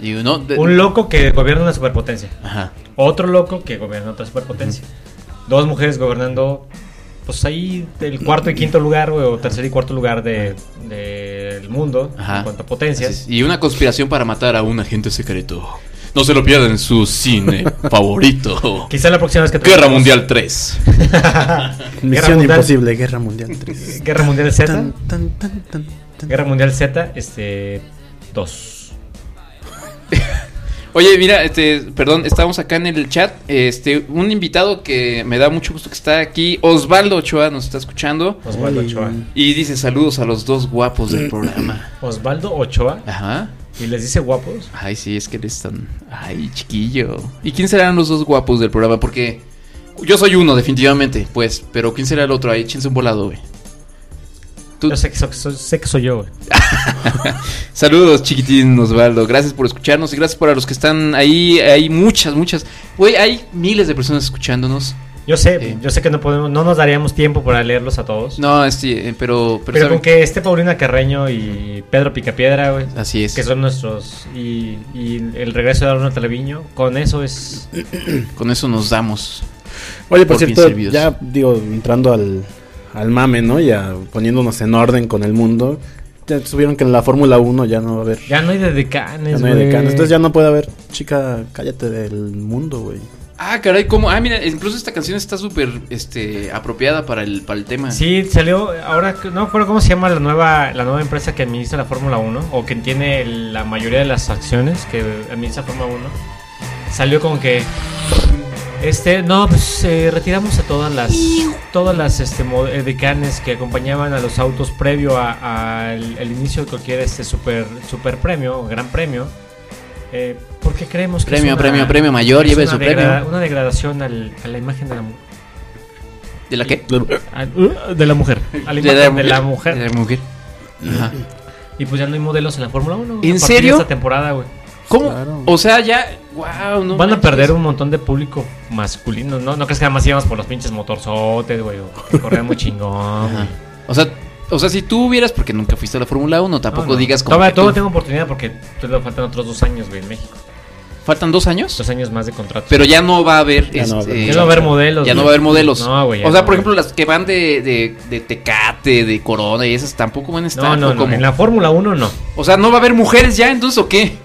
Speaker 4: Y uno. de-
Speaker 5: Un loco que gobierna una superpotencia.
Speaker 4: Ajá.
Speaker 5: Otro loco que gobierna otra superpotencia. Dos mujeres gobernando, pues ahí, el cuarto y quinto lugar, güey, o tercer y cuarto lugar de- del mundo,
Speaker 4: Ajá.
Speaker 5: en cuanto a potencias.
Speaker 4: Así es. Y una conspiración para matar a un agente secreto. No se lo pierdan en su cine favorito.
Speaker 5: Quizá la próxima vez que
Speaker 4: Guerra
Speaker 5: tengamos-
Speaker 4: Mundial 3.
Speaker 6: Misión Imposible, Guerra Mundial 3.
Speaker 5: Guerra Mundial Z.
Speaker 6: Tan,
Speaker 5: Guerra Mundial Z, este. 2.
Speaker 4: Oye, mira, este, perdón, estamos acá en el chat. Este, un invitado que me da mucho gusto que está aquí, Osvaldo Ochoa, nos está escuchando.
Speaker 5: Osvaldo Ochoa.
Speaker 4: Y dice saludos a los dos guapos
Speaker 5: Mm.
Speaker 4: del programa.
Speaker 5: Osvaldo Ochoa.
Speaker 4: Ajá.
Speaker 5: Y les dice guapos.
Speaker 4: Ay, sí, es que eres tan. Ay, chiquillo. ¿Y quién serán los dos guapos del programa? Porque yo soy uno, definitivamente, pues. Pero ¿quién será el otro? Ahí, échense un volado, güey.
Speaker 5: Yo sé que so- so- sé que soy yo, güey.
Speaker 4: Saludos, chiquitín Osvaldo. Gracias por escucharnos y gracias para los que están ahí. Hay muchas, muchas. Güey, hay miles de personas escuchándonos.
Speaker 5: Yo sé, yo sé que no podemos, no nos daríamos tiempo para leerlos a todos.
Speaker 4: No, este, eh, pero.
Speaker 5: pero
Speaker 4: saben-
Speaker 5: con que esté Paulina Carreño y Pedro Picapiedra, güey.
Speaker 4: Así es.
Speaker 5: Que son nuestros. Y, y el regreso de Arnold Treviño. Con eso es.
Speaker 4: Con eso nos damos.
Speaker 6: Oye, por,
Speaker 4: Por fin
Speaker 6: cierto,
Speaker 4: servidos.
Speaker 6: ya digo, entrando al, al mame, ¿no? Ya poniéndonos en orden con el mundo. Ya supieron que en la Fórmula 1 ya no va a haber.
Speaker 5: Ya no hay decanes,
Speaker 6: Ya no hay decanes. Entonces ya no puede haber chica, cállate del mundo, güey.
Speaker 4: Ah, caray, ¿cómo? Ah, mira, incluso esta canción está súper este, apropiada para el, para el tema.
Speaker 5: Sí, salió. Ahora que- no me acuerdo cómo se llama la nueva, la nueva empresa que administra la Fórmula 1 o que tiene la mayoría de las acciones que administra Fórmula 1. Salió con que. Este, no, pues eh, retiramos a todas las todas las este, mo- eh, decanes que acompañaban a los autos previo a- al al inicio de cualquier este super super premio, o gran premio. eh, porque creemos que
Speaker 4: Premio,
Speaker 5: es una-
Speaker 4: premio, premio mayor,
Speaker 5: es
Speaker 4: lleve
Speaker 5: una
Speaker 4: su premio.
Speaker 5: degra- Una degradación al- a la imagen de la mujer.
Speaker 4: ¿De la qué?
Speaker 5: Ah, uh, De la mujer. A la
Speaker 4: De la
Speaker 5: imagen de la
Speaker 4: mujer.
Speaker 5: mujer.
Speaker 4: De la mujer. Ajá.
Speaker 5: Y pues ya no hay modelos en la Fórmula 1.
Speaker 4: ¿En
Speaker 5: a partir
Speaker 4: serio?
Speaker 5: De esta temporada, güey.
Speaker 4: ¿Cómo? O sea, ya. ¡Wow! No
Speaker 5: Van a
Speaker 4: manches.
Speaker 5: perder un montón de público masculino, ¿no? No crees que además íbamos por los pinches motorzotes, güey. o que Corrían muy chingón. güey.
Speaker 4: O sea, o sea, si tú hubieras, porque nunca fuiste a la Fórmula 1, tampoco
Speaker 5: No, no.
Speaker 4: digas como.
Speaker 5: Todavía
Speaker 4: que
Speaker 5: todavía
Speaker 4: tú-
Speaker 5: tengo oportunidad porque todavía faltan otros dos años, güey, en México.
Speaker 4: Faltan dos años.
Speaker 5: Dos años más de contrato.
Speaker 4: Pero ya no va a haber.
Speaker 6: Ya no va a haber.
Speaker 4: este,
Speaker 5: Ya no va a haber modelos.
Speaker 4: ya no
Speaker 5: güey.
Speaker 4: va a haber modelos.
Speaker 5: No, güey. ya
Speaker 4: o sea,
Speaker 5: no,
Speaker 4: por
Speaker 5: güey.
Speaker 4: ejemplo, las que van de, de, de Tecate, de Corona y esas tampoco van a estar.
Speaker 5: No,
Speaker 4: ¿o
Speaker 5: no, no.
Speaker 4: cómo?
Speaker 5: En la Fórmula 1 no.
Speaker 4: O sea, ¿no va a haber mujeres ya entonces o qué?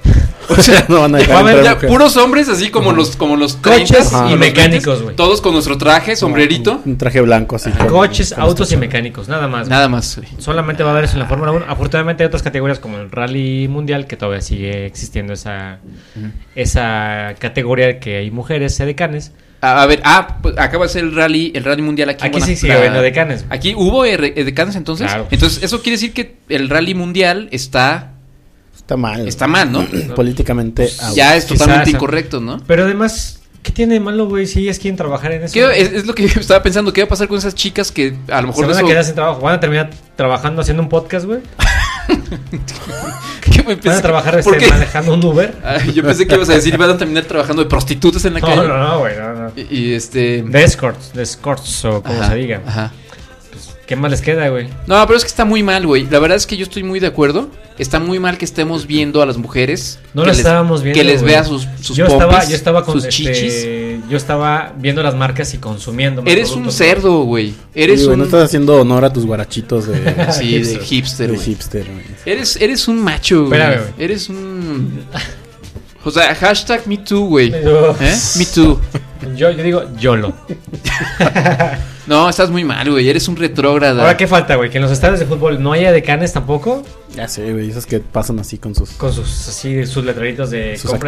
Speaker 4: O sea,
Speaker 6: No van a dejar
Speaker 4: va a haber
Speaker 6: entrar
Speaker 4: ya
Speaker 6: mujeres.
Speaker 4: puros hombres así como los como los
Speaker 5: Coches
Speaker 4: 30s
Speaker 5: y
Speaker 4: Ah. los
Speaker 5: mecánicos,
Speaker 4: 20s,
Speaker 5: güey.
Speaker 4: Todos con nuestro traje, sombrerito.
Speaker 6: Un traje blanco así. con-
Speaker 5: Coches,
Speaker 6: con
Speaker 5: autos y
Speaker 6: esta-
Speaker 5: mecánicos, nada más. güey.
Speaker 4: Nada más, güey.
Speaker 5: Solamente va a haber eso en la Fórmula 1. Afortunadamente hay otras categorías como el Rally Mundial que todavía sigue existiendo esa, esa categoría que hay mujeres sedecanes.
Speaker 4: A, a ver, ah, pues, acaba de ser el rally, el rally mundial aquí. en
Speaker 5: Aquí sí, sí,
Speaker 4: Guanajuato.
Speaker 5: en lo de Cannes.
Speaker 4: Aquí hubo eh, re- eh, de Cannes entonces.
Speaker 5: Claro.
Speaker 4: Entonces, eso quiere decir que el rally mundial está,
Speaker 6: Está mal.
Speaker 4: está mal, ¿no?
Speaker 6: Políticamente. out.
Speaker 4: ya es
Speaker 5: Quizás,
Speaker 4: totalmente
Speaker 5: ah.
Speaker 4: incorrecto, ¿no?
Speaker 5: Pero además, ¿qué tiene de malo, güey? Si ellas quieren trabajar en eso.
Speaker 4: ¿Qué- es, es lo que yo estaba pensando, ¿qué va a pasar con esas chicas que a lo
Speaker 5: Se
Speaker 4: mejor
Speaker 5: van
Speaker 4: de
Speaker 5: a
Speaker 4: eso-
Speaker 5: quedar sin trabajo. Van a terminar trabajando haciendo un podcast, güey.
Speaker 4: que me
Speaker 5: Van
Speaker 4: pensé-
Speaker 5: a trabajar
Speaker 4: ¿Por
Speaker 5: este,
Speaker 4: qué?
Speaker 5: manejando un Uber.
Speaker 4: Ay, yo pensé que ibas a decir van a terminar trabajando de prostitutas en la
Speaker 5: No,
Speaker 4: calle.
Speaker 5: no, no, güey. No, no.
Speaker 4: Y, y, este
Speaker 5: De escorts, de escorts o como
Speaker 4: Ajá,
Speaker 5: se diga. Pues, ¿Qué más les queda, güey?
Speaker 4: No, pero es que está muy mal, güey. La verdad es que yo estoy muy de acuerdo. Está muy mal que estemos viendo a las mujeres.
Speaker 5: No
Speaker 4: que
Speaker 5: lo
Speaker 4: les-
Speaker 5: estábamos viendo.
Speaker 4: Que les
Speaker 5: güey.
Speaker 4: vea sus, sus
Speaker 5: yo estaba,
Speaker 4: pompis,
Speaker 5: yo estaba con
Speaker 4: sus
Speaker 5: este,
Speaker 4: chichis.
Speaker 5: Yo estaba viendo las marcas y consumiendo. más
Speaker 4: Eres un
Speaker 5: productos,
Speaker 4: cerdo, güey.
Speaker 6: Sí,
Speaker 4: Eres
Speaker 6: güey,
Speaker 4: un.
Speaker 6: No estás haciendo honor a tus guarachitos de.
Speaker 4: Sí, de hipster,
Speaker 6: De
Speaker 4: güey.
Speaker 6: hipster, güey.
Speaker 4: Eres, eres un macho, güey.
Speaker 5: Espérame, güey.
Speaker 4: Eres un. O sea, hashtag me too, güey.
Speaker 5: Pero-
Speaker 4: ¿Eh? Me too.
Speaker 5: Yo, yo digo YOLO.
Speaker 4: No, estás muy mal, güey. Eres un retrógrada.
Speaker 5: Ahora, ¿qué falta, güey? Que en los estadios de fútbol no haya decanes tampoco.
Speaker 6: Ya sé, güey. Esas que pasan así con sus.
Speaker 5: Con sus así, sus letreritos de.
Speaker 6: sus
Speaker 5: compra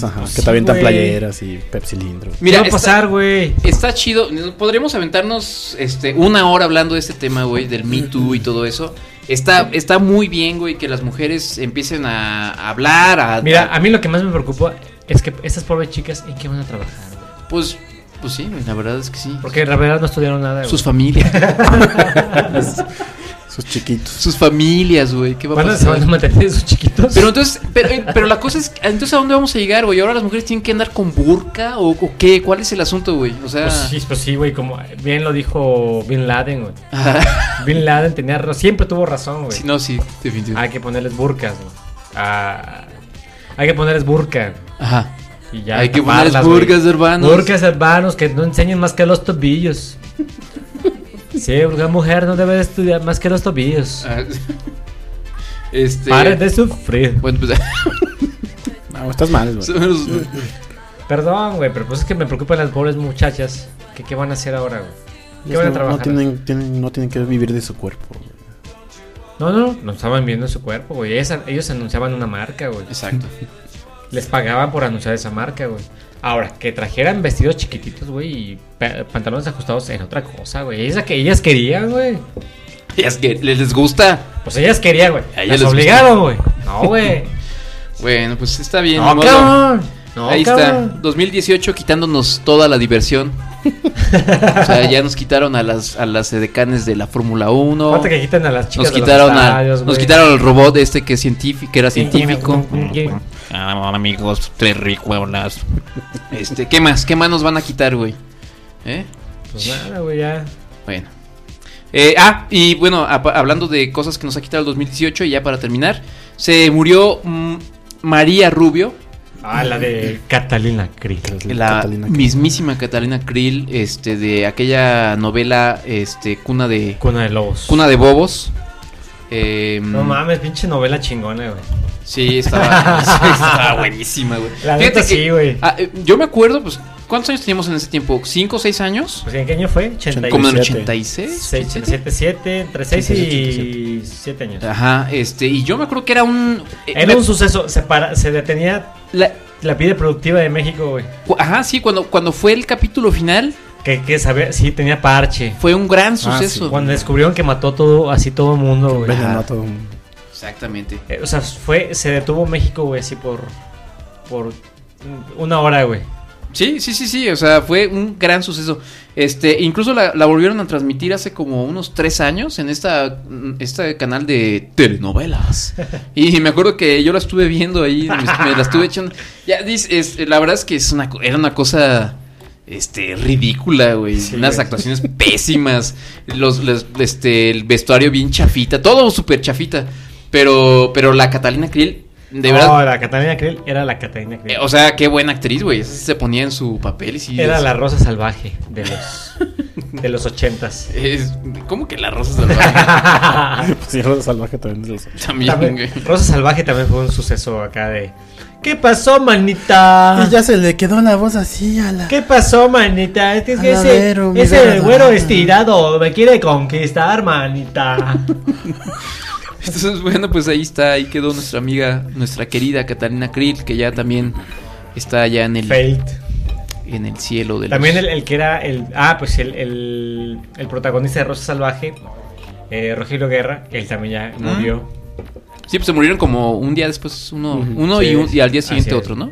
Speaker 5: tarjeta.
Speaker 6: ajá,
Speaker 5: Pues
Speaker 6: que
Speaker 5: sí,
Speaker 6: te avientan
Speaker 5: güey.
Speaker 6: playeras y Pep cilindro.
Speaker 5: ¿Qué
Speaker 4: Mira,
Speaker 5: va a
Speaker 4: esta-
Speaker 5: pasar, güey?
Speaker 4: Está chido. Podríamos aventarnos este, una hora hablando de este tema, güey, del Me Too y todo eso. Está, está muy bien, güey, que las mujeres empiecen a a hablar, a...
Speaker 5: Mira, a mí lo que más me preocupa es que estas pobres chicas, ¿en qué van a trabajar? güey?
Speaker 4: Pues, pues sí, güey, la verdad es que sí.
Speaker 5: Porque la verdad no estudiaron nada. güey.
Speaker 4: Sus familias.
Speaker 6: Sus chiquitos.
Speaker 4: sus familias, güey. ¿Qué va a
Speaker 5: Van a- se van a
Speaker 4: pasar?
Speaker 5: mantener sus chiquitos.
Speaker 4: Pero entonces, pero, eh, pero la cosa es, entonces, ¿a dónde vamos a llegar, güey? ¿Ahora las mujeres tienen que andar con burka o, o qué? ¿Cuál es el asunto, güey? O sea...
Speaker 5: Pues sí, pues sí, güey, como bien lo dijo Bin Laden, güey.
Speaker 4: Ajá.
Speaker 5: Bin Laden tenía ra- siempre tuvo razón, güey.
Speaker 4: Sí, no, sí, definitivamente.
Speaker 5: Hay que ponerles burcas, güey. Ah, hay que ponerles burca.
Speaker 4: Ajá.
Speaker 5: Y ya
Speaker 4: Hay que
Speaker 5: taparlas,
Speaker 4: ponerles
Speaker 5: güey.
Speaker 4: burkas, hermanos.
Speaker 5: Burcas hermanos que no enseñen más que los tobillos. Sí, porque la mujer no debe de estudiar más que los tobillos.
Speaker 4: Ah, Este...
Speaker 5: Paren de sufrir.
Speaker 4: Bueno, pues...
Speaker 6: No, estás mal, Ah, güey.
Speaker 4: Son-
Speaker 5: Perdón, güey, pero pues es que me preocupan las pobres muchachas. Que qué van a hacer ahora, güey? ¿Qué van a
Speaker 6: No- no,
Speaker 5: trabajar?
Speaker 6: tienen, tienen- no tienen que vivir de su cuerpo. güey.
Speaker 5: No, no, no estaban viendo su cuerpo, güey. Ellos, ellos anunciaban una marca, güey.
Speaker 4: Exacto.
Speaker 5: Les pagaban por anunciar esa marca, güey. Ahora, que trajeran vestidos chiquititos, güey, y pa- pantalones ajustados era otra cosa, güey. Ellas, que ellas querían, güey.
Speaker 4: Es que les les gusta.
Speaker 5: Pues ellas querían, güey.
Speaker 4: A ellas
Speaker 5: Las
Speaker 4: les
Speaker 5: obligaron, güey. No, güey.
Speaker 4: Bueno, pues está bien.
Speaker 5: no,
Speaker 4: ni modo.
Speaker 5: cabrón. No,
Speaker 4: Ahí está.
Speaker 5: cabrón.
Speaker 4: 2018 quitándonos toda la diversión. o sea, ya nos quitaron a las a las decanes de la Fórmula 1.
Speaker 5: Falta que quitan a las chicas
Speaker 4: Nos
Speaker 5: de los
Speaker 4: quitaron a-
Speaker 5: estadios,
Speaker 4: nos
Speaker 5: güey.
Speaker 4: quitaron al robot este que es científico, que era científico.
Speaker 2: Ah, amigos, tres ricuelas.
Speaker 4: Este, ¿qué más? ¿Qué más nos van a quitar, güey? ¿Eh?
Speaker 5: Pues nada, güey, ya.
Speaker 4: Bueno. Eh, ah, y bueno, apa- hablando de cosas que nos ha quitado el 2018, y ya para terminar, se murió mm, María Rubio,
Speaker 5: Ah, la de Catalina Cris.
Speaker 4: la
Speaker 6: Catalina Krill.
Speaker 4: mismísima Catalina Krill, este, de aquella novela, este, cuna de
Speaker 5: Cuna de Lobos.
Speaker 4: cuna de bobos. Eh,
Speaker 5: No mames, pinche novela chingona, güey.
Speaker 4: Sí, estaba, sí, estaba buenísima, güey.
Speaker 5: La
Speaker 4: Fíjate
Speaker 5: neta
Speaker 4: que-
Speaker 5: sí, güey.
Speaker 4: ah, eh, yo me acuerdo, pues, ¿cuántos años teníamos en ese tiempo? ¿Cinco, seis años?
Speaker 5: Pues, ¿En qué año fue?
Speaker 4: Como en el
Speaker 5: 86.
Speaker 4: 86.
Speaker 5: 7, 7, entre 6 y 7 años.
Speaker 4: Ajá, este, y yo me acuerdo que era un... eh,
Speaker 5: Era
Speaker 4: me-
Speaker 5: un suceso, se, para, se detenía
Speaker 4: la-
Speaker 5: la vida productiva de México, güey.
Speaker 4: cu- ajá, sí, cuando, cuando fue el capítulo final,
Speaker 5: Que, que saber, sí, tenía parche.
Speaker 4: fue un gran suceso.
Speaker 5: Ah, Cuando descubrieron que mató todo, así todo el mundo, güey.
Speaker 6: Venga, no, todo un-
Speaker 4: Exactamente.
Speaker 5: Eh, O sea, fue, se detuvo México, güey, así por, por una hora, güey.
Speaker 4: Sí, sí, sí, sí, o sea, fue un gran suceso. Este, incluso la, la volvieron a transmitir hace como unos tres años en esta, este canal de telenovelas. Y me acuerdo que yo la estuve viendo ahí, me, me la estuve echando. Ya, dice, es- la verdad es que es una, co- era una cosa, este, ridícula, güey.
Speaker 5: Sí,
Speaker 4: Unas
Speaker 5: güey.
Speaker 4: actuaciones pésimas, los, los- este, el vestuario bien chafita, todo súper chafita. Pero, pero la Catalina Krill, de
Speaker 5: no,
Speaker 4: verdad,
Speaker 5: la Catalina Krill era la Catalina Krill.
Speaker 4: eh, o sea, qué buena actriz, güey. Se ponía en su papel y sí.
Speaker 5: era
Speaker 4: es-
Speaker 5: la rosa salvaje de los, de los ochentas.
Speaker 4: es- ¿Cómo que la rosa salvaje?
Speaker 5: Ah.
Speaker 6: Pues sí, Rosa Salvaje también es los-
Speaker 4: También,
Speaker 5: También-
Speaker 4: güey.
Speaker 5: Rosa Salvaje también fue un suceso acá de. ¿Qué pasó, manita?
Speaker 6: Y Pues ya se le quedó la voz así a la.
Speaker 5: ¿Qué pasó, manita? Es que
Speaker 6: A la
Speaker 5: ese,
Speaker 6: Vero, mira
Speaker 5: ese
Speaker 6: la-
Speaker 5: güero estirado me quiere conquistar, manita.
Speaker 4: Entonces, bueno, pues ahí está. Ahí quedó nuestra amiga, nuestra querida Catalina Krill, que ya también está allá en el.
Speaker 5: Fate.
Speaker 4: en el cielo de los-
Speaker 5: También el, el que era el. Ah, pues el, el, el protagonista de Rosa Salvaje, eh, Rogelio Guerra, él también ya
Speaker 4: ¿Ah?
Speaker 5: murió.
Speaker 4: Sí, pues se murieron como un día después uno,
Speaker 5: Ujú.
Speaker 4: uno
Speaker 5: Sí,
Speaker 4: y, un-
Speaker 5: sí.
Speaker 4: y al día siguiente
Speaker 5: Así es.
Speaker 4: otro, ¿no?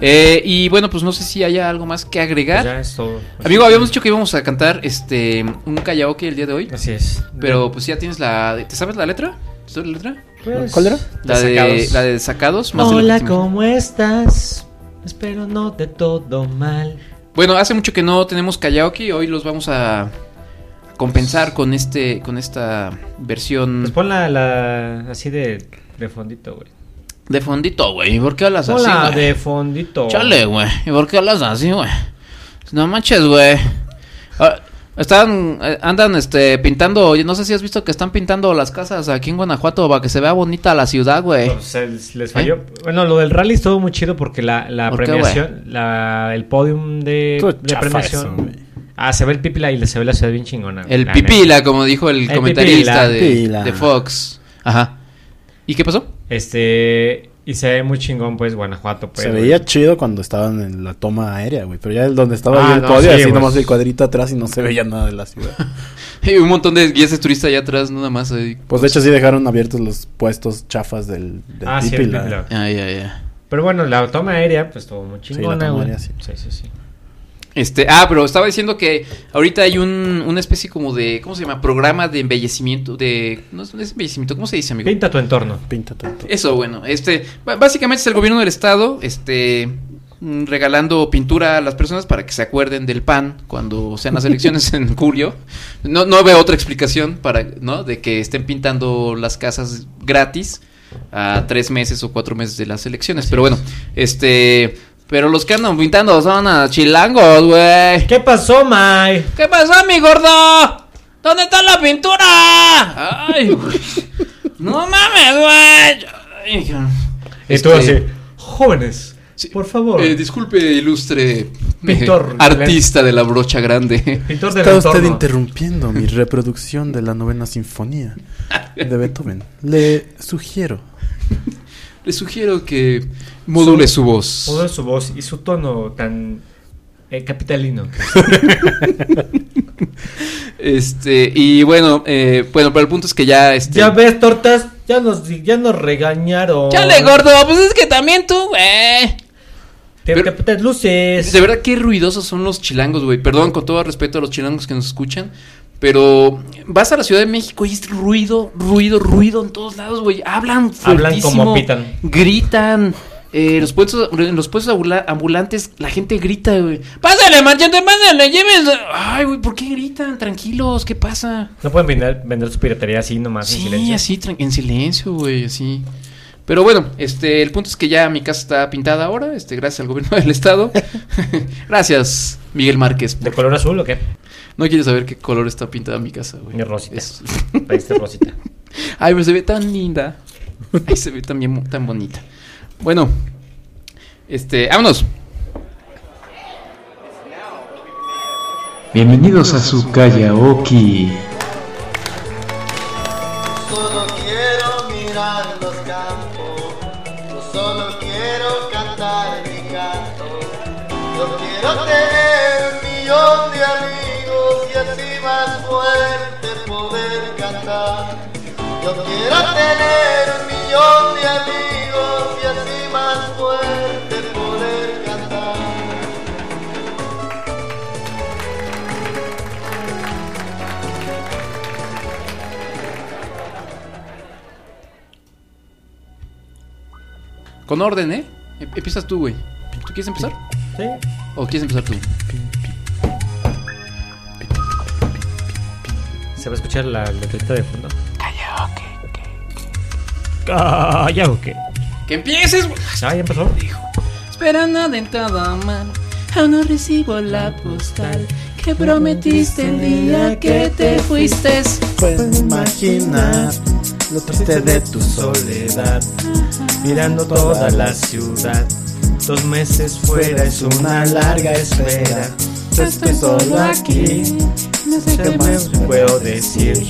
Speaker 4: Eh, y bueno, pues no sé si haya algo más que agregar.
Speaker 5: Pues ya es todo.
Speaker 4: Amigo, habíamos dicho que íbamos a cantar este un karaoke el día de hoy.
Speaker 5: Así es.
Speaker 4: Pero pues ya tienes la... ¿Te sabes la letra? ¿Te sabes la letra?
Speaker 5: Pues, ¿Cuál era?
Speaker 4: La de,
Speaker 5: Desacados.
Speaker 4: la de Sacados. Más de lo
Speaker 9: Hola,
Speaker 4: que te
Speaker 9: ¿cómo estás? Espero no te todo mal.
Speaker 4: Bueno, hace mucho que no tenemos karaoke, hoy los vamos a compensar con este con esta versión
Speaker 5: Pues pon la, la- así de, de fondito, güey.
Speaker 4: de fondito, güey. ¿Y por qué hablas así,
Speaker 5: Hola,
Speaker 4: güey?
Speaker 5: de fondito.
Speaker 4: Chale, güey. ¿Y por qué hablas así, güey? No manches, güey. Ah, Están, eh, andan, este, pintando, yo no sé si has visto que están pintando las casas aquí en Guanajuato para que se vea bonita la ciudad, güey.
Speaker 5: Pues, se les, les falló. Bueno, lo del rally estuvo muy chido porque la, la
Speaker 4: ¿Por qué,
Speaker 5: premiación, la, el podium de,
Speaker 4: Todo
Speaker 5: de
Speaker 4: chafa
Speaker 5: premiación.
Speaker 4: eso,
Speaker 5: ah, se ve el pipila y se ve la ciudad bien chingona. güey,
Speaker 4: El
Speaker 5: la
Speaker 4: pipila,
Speaker 5: neta.
Speaker 4: como dijo el,
Speaker 5: El
Speaker 4: comentarista
Speaker 5: pipila.
Speaker 4: de,
Speaker 5: Pipila.
Speaker 4: de Fox. Ajá. ¿Y qué pasó?
Speaker 5: Este, y se ve muy chingón, pues, Guanajuato, pues.
Speaker 6: Se
Speaker 5: güey.
Speaker 6: veía chido cuando estaban en la toma aérea, güey. Pero ya el donde estaba
Speaker 5: Ah,
Speaker 6: ahí el
Speaker 5: no,
Speaker 6: podio,
Speaker 5: sí,
Speaker 6: así
Speaker 5: güey.
Speaker 6: nomás el cuadrito atrás y no se veía nada de la ciudad.
Speaker 4: Y un montón de guías de turista allá atrás, nada más. ahí.
Speaker 6: Pues de hecho sí dejaron abiertos los puestos chafas del, del
Speaker 5: Ah, sí, el
Speaker 6: Pipila.
Speaker 5: pipila.
Speaker 4: Ah, ya, ya.
Speaker 5: Pero bueno, la toma aérea, pues, estuvo muy
Speaker 6: la
Speaker 5: chingona,
Speaker 6: toma
Speaker 5: güey.
Speaker 6: aérea,
Speaker 5: Sí, sí, sí.
Speaker 4: Este, ah, pero estaba diciendo que ahorita hay un, una especie como de, ¿cómo se llama? Programa de embellecimiento, de, no es, no es embellecimiento, ¿cómo se dice, amigo?
Speaker 5: Pinta tu entorno.
Speaker 6: Pinta tu entorno.
Speaker 4: Eso, bueno, este, b- básicamente es el gobierno del estado, este, mm, regalando pintura a las personas para que se acuerden del PAN cuando sean las elecciones en julio. No, no veo otra explicación para, ¿no? De que estén pintando las casas gratis a tres meses o cuatro meses de las elecciones. pero bueno, este, pero los que andan pintando son a chilangos, güey.
Speaker 5: ¿Qué pasó, May?
Speaker 4: ¿Qué pasó, mi gordo? ¿Dónde está la pintura? Ay, güey. No mames, güey. Ay, cabrón.
Speaker 5: Y tú así, jóvenes, por favor.
Speaker 4: Eh, disculpe, ilustre
Speaker 5: Pintor.
Speaker 4: eh, artista de la brocha grande.
Speaker 5: Pintor
Speaker 6: Está usted interrumpiendo mi reproducción de la novena sinfonía de Beethoven. Le sugiero.
Speaker 4: Le sugiero que module su, voz.
Speaker 5: Module su voz y su tono tan eh, capitalino.
Speaker 4: Este, y bueno, eh, bueno, pero el punto es que ya este.
Speaker 5: ya ves, tortas, ya nos, ya nos regañaron.
Speaker 4: Chale, gordo, pues es que también tú, eh. güey.
Speaker 5: Tienes que apretar luces.
Speaker 4: De verdad, qué ruidosos son los chilangos, güey. Perdón, con todo respeto a los chilangos que nos escuchan. Pero vas a la Ciudad de México y es ruido, ruido, ruido en todos lados, güey. Hablan
Speaker 5: Hablan
Speaker 4: fuertísimo.
Speaker 5: como pitan.
Speaker 4: Gritan. Eh, los puestos, en los puestos ambula- ambulantes, la gente grita, güey. Pásale, marchante, pásale, llévense. Ay, güey, ¿por qué gritan? Tranquilos, ¿qué pasa?
Speaker 5: No pueden vender, vender su piratería así nomás en
Speaker 4: Sí,
Speaker 5: silencio.
Speaker 4: así, tran- en silencio, güey, así. Pero bueno, este, el punto es que ya mi casa está pintada ahora, este, gracias al gobierno del estado. gracias, Miguel Márquez.
Speaker 5: ¿De color azul o qué?
Speaker 4: No quiero saber qué color está pintada mi casa, güey.
Speaker 5: Ni rosita.
Speaker 4: Es-
Speaker 5: Pediste rosita.
Speaker 4: Ay, pero se ve tan linda. Ay, se ve tan, bien mo- tan bonita. Bueno, este, vámonos.
Speaker 14: Bienvenidos a su Kayaoki.
Speaker 15: Solo quiero mirar los campos, yo solo quiero cantar mi canto. Yo quiero tener un millón de amigos y así más fuerte poder cantar. Yo quiero tener un millón de amigos y así más fuerte poder cantar.
Speaker 4: Con orden, ¿eh? Em- Empiezas tú, güey. ¿Tú quieres empezar?
Speaker 5: Sí.
Speaker 4: ¿O quieres empezar tú?
Speaker 5: ¿Se va a escuchar la letrita de fondo?
Speaker 4: Ca-
Speaker 5: ya, ¿o qué?
Speaker 4: ¡Que empieces, güey!
Speaker 5: Ah, ya empezó.
Speaker 16: Esperando de toda mano, aún no recibo la postal que prometiste el día que te fuiste.
Speaker 17: Puedes imaginar lo triste de tu soledad, mirando toda la ciudad. Dos meses fuera es una larga espera. Yo estoy solo aquí, no sé qué más puedo decir.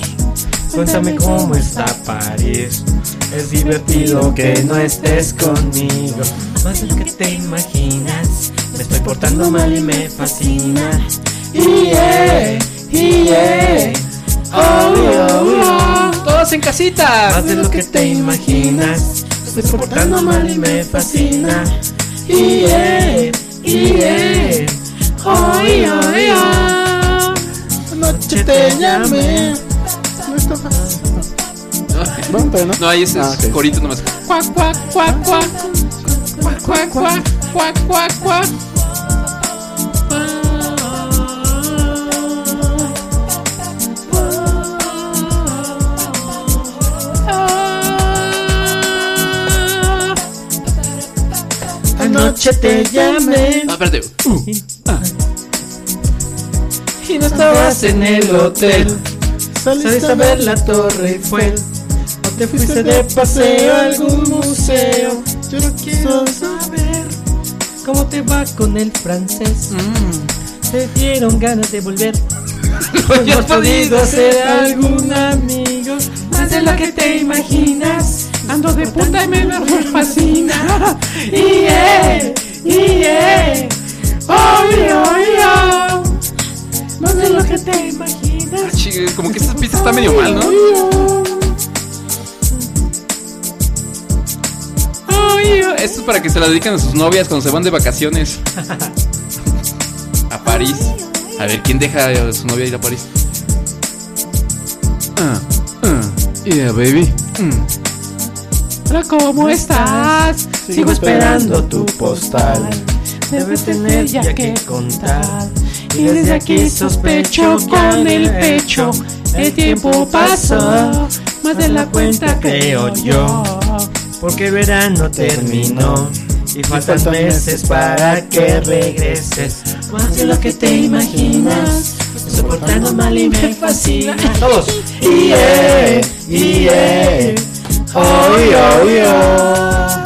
Speaker 17: Cuéntame cómo está París. Es divertido que no estés conmigo. Más del que te imaginas,
Speaker 5: Me estoy portando mal y me fascina.
Speaker 7: Iye, iye, oh, oh, oh.
Speaker 4: Todos en casita.
Speaker 5: Más de lo que te imaginas. Me estoy portando mal y me fascina.
Speaker 7: Iye, iye, oh, oh,
Speaker 5: oh. Noche te llamé.
Speaker 4: No, no ahí ese
Speaker 5: Ah,
Speaker 4: es corito nomás.
Speaker 7: Cuac, cuac, cuac, cuac. Cuac, cuac, cuac, cuac, cuac, cuac.
Speaker 5: Anoche te llamé.
Speaker 4: Ah, espérate. Uh, ah.
Speaker 5: Y no estabas en el hotel. Saliste a ver la torre Eiffel. O te fuiste de paseo a algún museo. Yo no quiero saber cómo te va con el francés. Te dieron ganas de volver. No
Speaker 7: habías
Speaker 5: has podido
Speaker 7: podido
Speaker 5: hacer
Speaker 7: hacer
Speaker 5: algún amigo. Más de lo que te imaginas. Ando de puta y me fascina.
Speaker 7: Iye, iye, oh, oh, oh. Más de lo que te imaginas.
Speaker 4: Ah, Chingue, Como que esta pista está medio mal, ¿no? Ay, oh, Esto es para que se la dediquen a sus novias cuando se van de vacaciones a París. A ver, ¿quién deja a su novia ir a París? Ah, ah, yeah, baby. Mm.
Speaker 7: Hola, ¿cómo estás?
Speaker 5: Sigo esperando tu postal.
Speaker 7: Debes tener ya que contar.
Speaker 5: Y desde aquí sospecho con el pecho. El tiempo pasó más de la cuenta, creo yo. Porque verano terminó. Y faltan meses para que regreses. Más de lo que te imaginas. Soportando mal y me fascina. Todos. Iye, iye. Oh, oh, oh.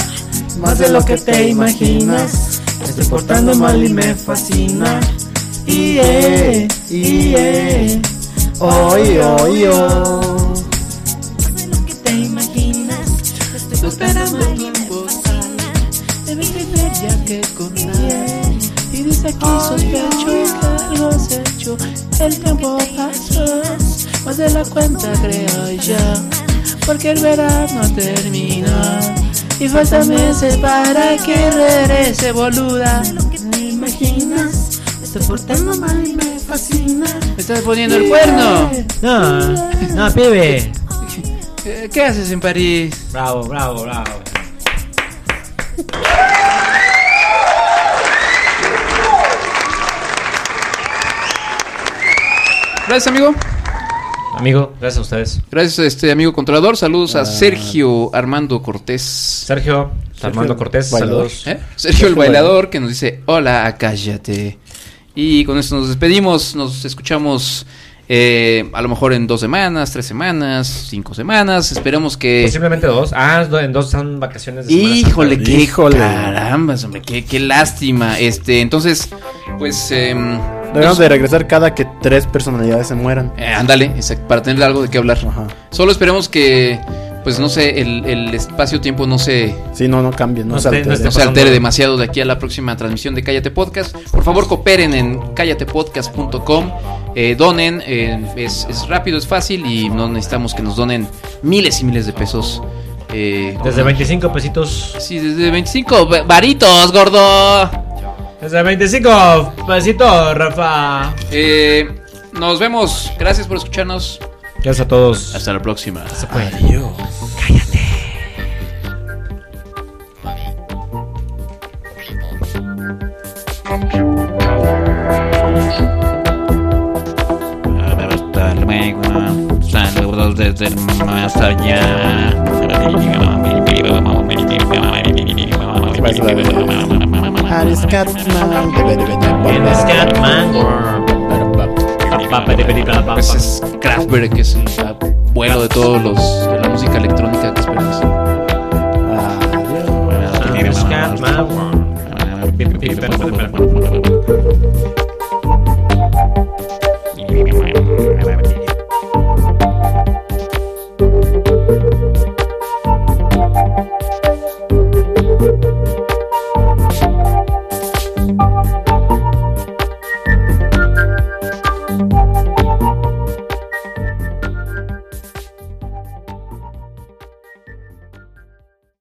Speaker 5: Más de lo que te imaginas. Me estoy portando mal y me fascina. Iye, iye. Oh, oh, oh.
Speaker 7: Estoy esperando tu postal. Debes tener ya que contar. Y desde aquí sospecho que algo se hecho. El tiempo pasó más de la cuenta, creo yo. Porque el verano terminó. Y faltan meses para que regrese, boluda. ¿Me imaginas? Me estoy portando mal y me fascina.
Speaker 4: Me estás poniendo el cuerno.
Speaker 18: No, no, pibe.
Speaker 4: Eh, ¿Qué haces en París?
Speaker 18: Bravo, bravo, bravo.
Speaker 4: Gracias, amigo.
Speaker 18: Amigo, gracias a ustedes.
Speaker 4: Gracias a este amigo controlador. Saludos a Sergio Armando Cortés. Sergio
Speaker 18: Armando Cortés,
Speaker 4: Bailador.
Speaker 18: saludos.
Speaker 4: ¿Eh? Sergio el bailador que nos dice, hola, cállate. Y con esto nos despedimos, nos escuchamos eh, a lo mejor en dos semanas, tres semanas, cinco semanas, esperemos que...
Speaker 18: Posiblemente Pues dos. Ah, do- en dos son vacaciones. de Semana Santa.
Speaker 4: Híjole, qué carambas, hombre, qué, qué lástima. Este, entonces, pues... em,
Speaker 6: Debemos
Speaker 4: nos-
Speaker 6: de regresar cada que tres personalidades se mueran.
Speaker 4: eh, ándale, exacto, para tener algo de qué hablar. Solo esperemos que, pues no sé, el, el espacio-tiempo no se...
Speaker 6: Sí, no, no cambien, no,
Speaker 4: No,
Speaker 6: se
Speaker 4: esté-
Speaker 6: altere.
Speaker 4: no se altere demasiado de aquí a la próxima transmisión de Cállate Podcast. Por favor, cooperen en cállatepodcast.com. eh, donen, eh, es, es rápido, es fácil y no necesitamos que nos donen miles y miles de pesos. eh,
Speaker 18: Desde
Speaker 4: con-
Speaker 18: 25 pesitos.
Speaker 4: Sí, desde 25 va- varitos, gordo.
Speaker 18: Desde 25 pesitos, Rafa.
Speaker 4: Eh, nos vemos. Gracias por escucharnos.
Speaker 18: Gracias a todos.
Speaker 4: Hasta la próxima.
Speaker 2: Hasta luego. Saludos desde el más allá.
Speaker 4: Ese Pues es Kraftwerk, que es el abuelo de todos los de la música electrónica que esperas.
Speaker 18: Catman.